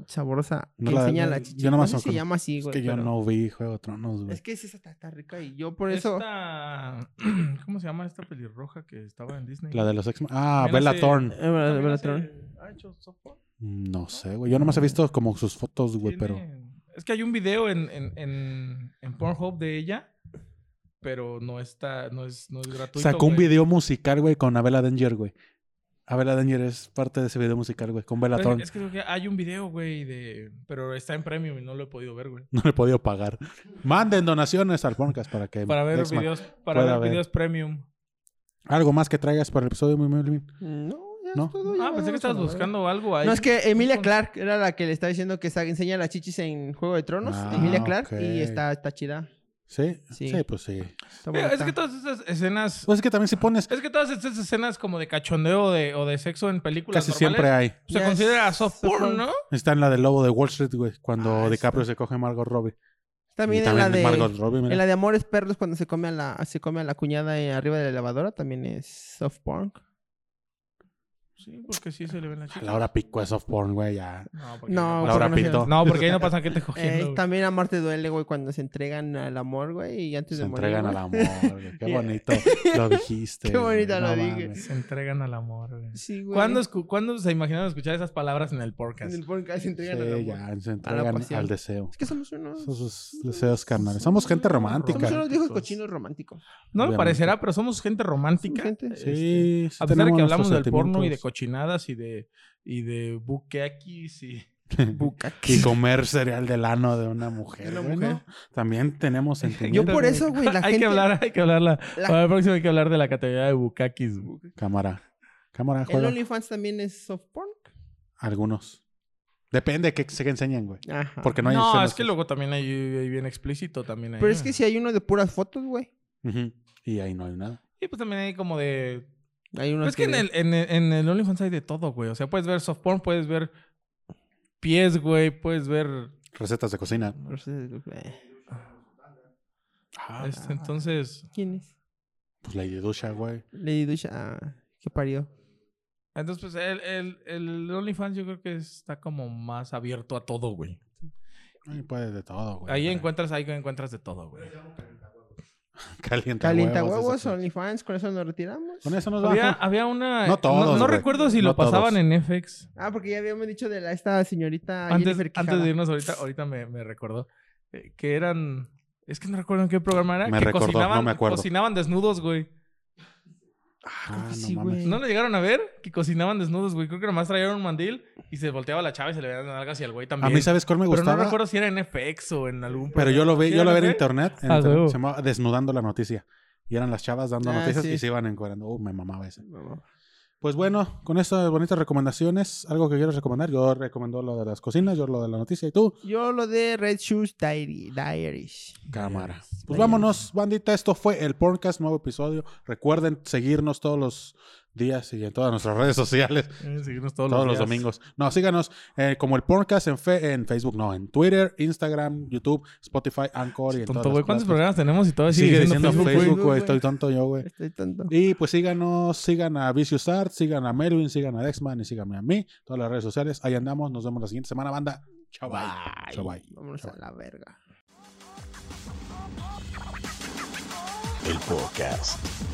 Speaker 4: saborosa
Speaker 2: No
Speaker 4: que
Speaker 2: la-
Speaker 4: enseña
Speaker 2: no,
Speaker 4: la
Speaker 2: yo
Speaker 4: chichi.
Speaker 2: no me
Speaker 4: sé si
Speaker 2: acuerdo.
Speaker 4: se llama así,
Speaker 2: Es
Speaker 4: güey.
Speaker 2: que yo
Speaker 4: pero-
Speaker 2: no vi Juego de Tronos, güey.
Speaker 4: Es que sí está, está rica y yo por eso
Speaker 3: Esta- ¿Cómo se llama esta pelirroja que estaba en Disney?
Speaker 2: La de los X-Men. Ah,
Speaker 3: También
Speaker 2: Bella
Speaker 3: hace-
Speaker 2: Thorne.
Speaker 4: Eh, bueno,
Speaker 3: También
Speaker 4: bueno,
Speaker 3: hace-
Speaker 4: Tron.
Speaker 3: ¿Ha hecho softball?
Speaker 2: No sé, güey. Yo nomás he visto como sus fotos, güey, pero.
Speaker 3: Tiene- Es que hay un video en, en, en, en Pornhub de ella, pero no está, no es, no es gratuito.
Speaker 2: Sacó un
Speaker 3: güey.
Speaker 2: video musical, güey, con Abela Danger, güey. Abela Danger es parte de ese video musical, güey, con Bella
Speaker 3: Pero
Speaker 2: Thorne.
Speaker 3: Es que creo que hay un video, güey, de... Pero está en premium y no lo he podido ver, güey.
Speaker 2: No le he podido pagar. Manden donaciones al Porncast para que.
Speaker 3: Para ver
Speaker 2: Dexman-
Speaker 3: videos, para
Speaker 2: pueda
Speaker 3: ver
Speaker 2: ver.
Speaker 3: videos premium.
Speaker 2: Algo más que traigas para el episodio, muy, muy bien.
Speaker 4: No, ya
Speaker 2: No.
Speaker 4: es todo. ya
Speaker 3: Ah, pensé que
Speaker 4: vamos
Speaker 3: estabas
Speaker 4: a la
Speaker 3: buscando algo
Speaker 4: verga.
Speaker 3: ahí.
Speaker 4: No, es que Emilia
Speaker 3: con-
Speaker 4: Clark era la que le estaba diciendo que sa- enseña las chichis en Juego de Tronos.
Speaker 2: Ah,
Speaker 4: Emilia Clark y
Speaker 2: ok.
Speaker 4: está, está chida.
Speaker 2: ¿Sí?
Speaker 4: Sí.
Speaker 2: ¿Sí? pues sí.
Speaker 4: Está
Speaker 3: Mira, Es
Speaker 4: bonita.
Speaker 3: que todas esas escenas...
Speaker 2: Pues es que también si pones.
Speaker 3: Es que todas estas escenas como de cachondeo de- o de sexo en películas
Speaker 2: Casi
Speaker 3: normales,
Speaker 2: siempre hay.
Speaker 3: se
Speaker 4: Ya
Speaker 3: considera
Speaker 4: es
Speaker 3: soft
Speaker 4: soft
Speaker 3: porn,
Speaker 4: porn.
Speaker 3: ¿no?
Speaker 2: Está en la del lobo de Wall Street, güey, cuando
Speaker 4: Ah,
Speaker 2: DiCaprio se coge a Margot Robbie.
Speaker 4: También,
Speaker 2: Y
Speaker 4: en la de
Speaker 2: Margot Robbie, mira.
Speaker 4: en la de Amores Perros cuando se come a la se come a la cuñada eh, arriba de la lavadora también es soft porn.
Speaker 3: Sí, porque sí se le ven las
Speaker 2: A
Speaker 3: chicas.
Speaker 2: la hora pico es soft porn, güey, ya.
Speaker 3: No, porque
Speaker 4: No,
Speaker 2: Laura
Speaker 4: porque no se-
Speaker 2: Pinto.
Speaker 3: No, porque ahí no pasa que te
Speaker 4: Eh,
Speaker 3: cogiendo. güey.
Speaker 4: también amor te duele, güey, cuando se entregan al amor, güey, y antes
Speaker 2: Se
Speaker 4: de morir.
Speaker 2: entregan al
Speaker 4: güey.
Speaker 2: amor, güey. Qué
Speaker 4: Yeah.
Speaker 2: bonito lo dijiste.
Speaker 4: Qué
Speaker 2: güey,
Speaker 4: bonito lo dije.
Speaker 2: mames.
Speaker 3: Se entregan al amor, güey.
Speaker 4: Sí, güey.
Speaker 3: ¿Cuándo, escu- cuándo se imaginaron escuchar esas palabras en el
Speaker 4: En
Speaker 3: podcast?
Speaker 4: el podcast se entregan al
Speaker 2: Sí,
Speaker 4: amor.
Speaker 2: ya, se entregan
Speaker 4: pasión.
Speaker 2: al deseo.
Speaker 4: Es que somos unos
Speaker 2: Son sus deseos carnales. Somos gente romántica.
Speaker 4: somos unos viejos
Speaker 3: Románticos.
Speaker 4: cochinos
Speaker 3: No
Speaker 4: románticos.
Speaker 3: me
Speaker 2: Obviamente.
Speaker 3: parecerá, pero somos gente romántica.
Speaker 4: Somos gente.
Speaker 2: Sí,
Speaker 3: Este,
Speaker 2: sí
Speaker 3: a pesar de
Speaker 2: tenemos
Speaker 3: que hablamos del
Speaker 2: nuestros
Speaker 3: porno y de
Speaker 2: sentimientos.
Speaker 3: cochinadas y de, y de buquequis y...
Speaker 2: Y comer cereal del ano de una mujer.
Speaker 4: De una
Speaker 2: güey,
Speaker 4: mujer.
Speaker 2: ¿no? También tenemos
Speaker 4: Yo
Speaker 2: sentimientos.
Speaker 4: por eso, güey, la
Speaker 3: hay
Speaker 4: gente
Speaker 3: que hablar, hay que hablarla.
Speaker 4: La-
Speaker 3: Para el próximo hay que hablar de la categoría de bucaquis. güey.
Speaker 2: Cámara. Cámara,
Speaker 4: El
Speaker 2: juega.
Speaker 4: OnlyFans también es soft porn.
Speaker 2: Algunos. Depende de qué se enseñen, güey.
Speaker 4: Ajá.
Speaker 2: Porque no
Speaker 3: No,
Speaker 2: hay
Speaker 3: es
Speaker 2: escenas.
Speaker 3: que luego también hay, hay bien explícito también. ahí,
Speaker 4: Pero es
Speaker 3: güey.
Speaker 4: que si hay uno de puras fotos, güey.
Speaker 2: Ujú. Y ahí no hay nada.
Speaker 3: Y pues también hay como de
Speaker 4: Hay uno
Speaker 3: Pero es que en el, en, el- en el OnlyFans hay de todo, güey. O sea, puedes ver soft porn, puedes ver pies, güey, puedes ver.
Speaker 2: Recetas de cocina.
Speaker 4: eh,
Speaker 2: Ah,
Speaker 3: este, entonces.
Speaker 4: ¿Quién es?
Speaker 2: pues Lady Dusha, güey.
Speaker 4: Lady Dusha. Ah, qué parió.
Speaker 3: Entonces, pues el, el, el OnlyFans yo creo que está como más abierto a todo, güey.
Speaker 2: Ahí puede de todo, güey.
Speaker 3: Ahí encuentras, ahí encuentras de todo, güey.
Speaker 2: Calienta,
Speaker 4: Calienta
Speaker 2: huevos,
Speaker 4: huevos,
Speaker 2: exacto.
Speaker 4: OnlyFans, con eso nos retiramos.
Speaker 2: Con eso nos
Speaker 3: Había,
Speaker 2: vamos.
Speaker 3: había una.
Speaker 2: No todos,
Speaker 3: No,
Speaker 2: güey.
Speaker 3: recuerdo si lo
Speaker 2: No todos.
Speaker 3: pasaban en FX.
Speaker 4: Ah, porque ya habíamos dicho de la, esta señorita
Speaker 3: Antes,
Speaker 4: Ah, Jennifer
Speaker 3: antes
Speaker 4: Quijada.
Speaker 3: de irnos ahorita, ahorita me, me recordó. eh, que eran. Es que no recuerdo en qué programa era.
Speaker 2: Me
Speaker 3: que
Speaker 2: recordó, no
Speaker 3: cocinaban,
Speaker 2: me acuerdo.
Speaker 3: cocinaban desnudos, güey.
Speaker 2: Ah,
Speaker 4: que
Speaker 2: no
Speaker 4: sí,
Speaker 2: mames.
Speaker 4: güey.
Speaker 3: ¿No lo llegaron a ver? Que cocinaban desnudos, güey. Creo que nomás traían un mandil y se volteaba la chava y se le veían las nalgas y al güey
Speaker 2: A
Speaker 3: también.
Speaker 2: mí, ¿sabes cuál me
Speaker 3: Pero
Speaker 2: gustaba?
Speaker 3: no recuerdo si era en FX o en algún...
Speaker 2: Pero yo lo vi,
Speaker 3: ¿Sí
Speaker 2: yo lo
Speaker 3: era
Speaker 2: vi en
Speaker 3: FX?
Speaker 2: internet. en
Speaker 3: Ah,
Speaker 2: internet,
Speaker 3: huevo.
Speaker 2: Se llamaba Desnudando la noticia. Y eran las chavas dando
Speaker 4: Ah,
Speaker 2: noticias
Speaker 4: sí.
Speaker 2: y se iban encuadrando. Uh, me mamaba ese.
Speaker 4: Vamos.
Speaker 2: Pues bueno, con estas bonitas recomendaciones, algo que quieras recomendar. Yo recomiendo lo de las cocinas, yo lo de la noticia y tú,
Speaker 4: Yo lo de Red Shoes Diary, Diaries.
Speaker 2: cámara. Pues
Speaker 4: Vaya.
Speaker 2: vámonos, bandita. Esto fue el podcast, nuevo episodio. Recuerden seguirnos todos los días y en todas nuestras redes sociales.
Speaker 3: Eh, seguirnos todos,
Speaker 2: Todos los,
Speaker 3: días.
Speaker 2: domingos. No, síganos eh, como el podcast en, fe- en Facebook, no, en Twitter, Instagram, YouTube, Spotify, Anchor y en
Speaker 3: Tonto,
Speaker 2: todas
Speaker 3: güey.
Speaker 2: las plataformas.
Speaker 3: ¿Cuántos programas tenemos y todo
Speaker 2: Sigue diciendo Facebook,
Speaker 4: Facebook,
Speaker 2: güey.
Speaker 4: güey.
Speaker 2: Estoy tonto yo, güey.
Speaker 4: Estoy tonto.
Speaker 2: Y pues síganos, sigan a Vicious Art, sigan a Melvin, sigan a Dexman y síganme a mí. Todas las redes sociales. Ahí andamos. Nos vemos la siguiente semana, banda. Chao, bye. Chao, bye.
Speaker 4: Vámonos
Speaker 2: Chao,
Speaker 4: a la verga.
Speaker 1: El podcast.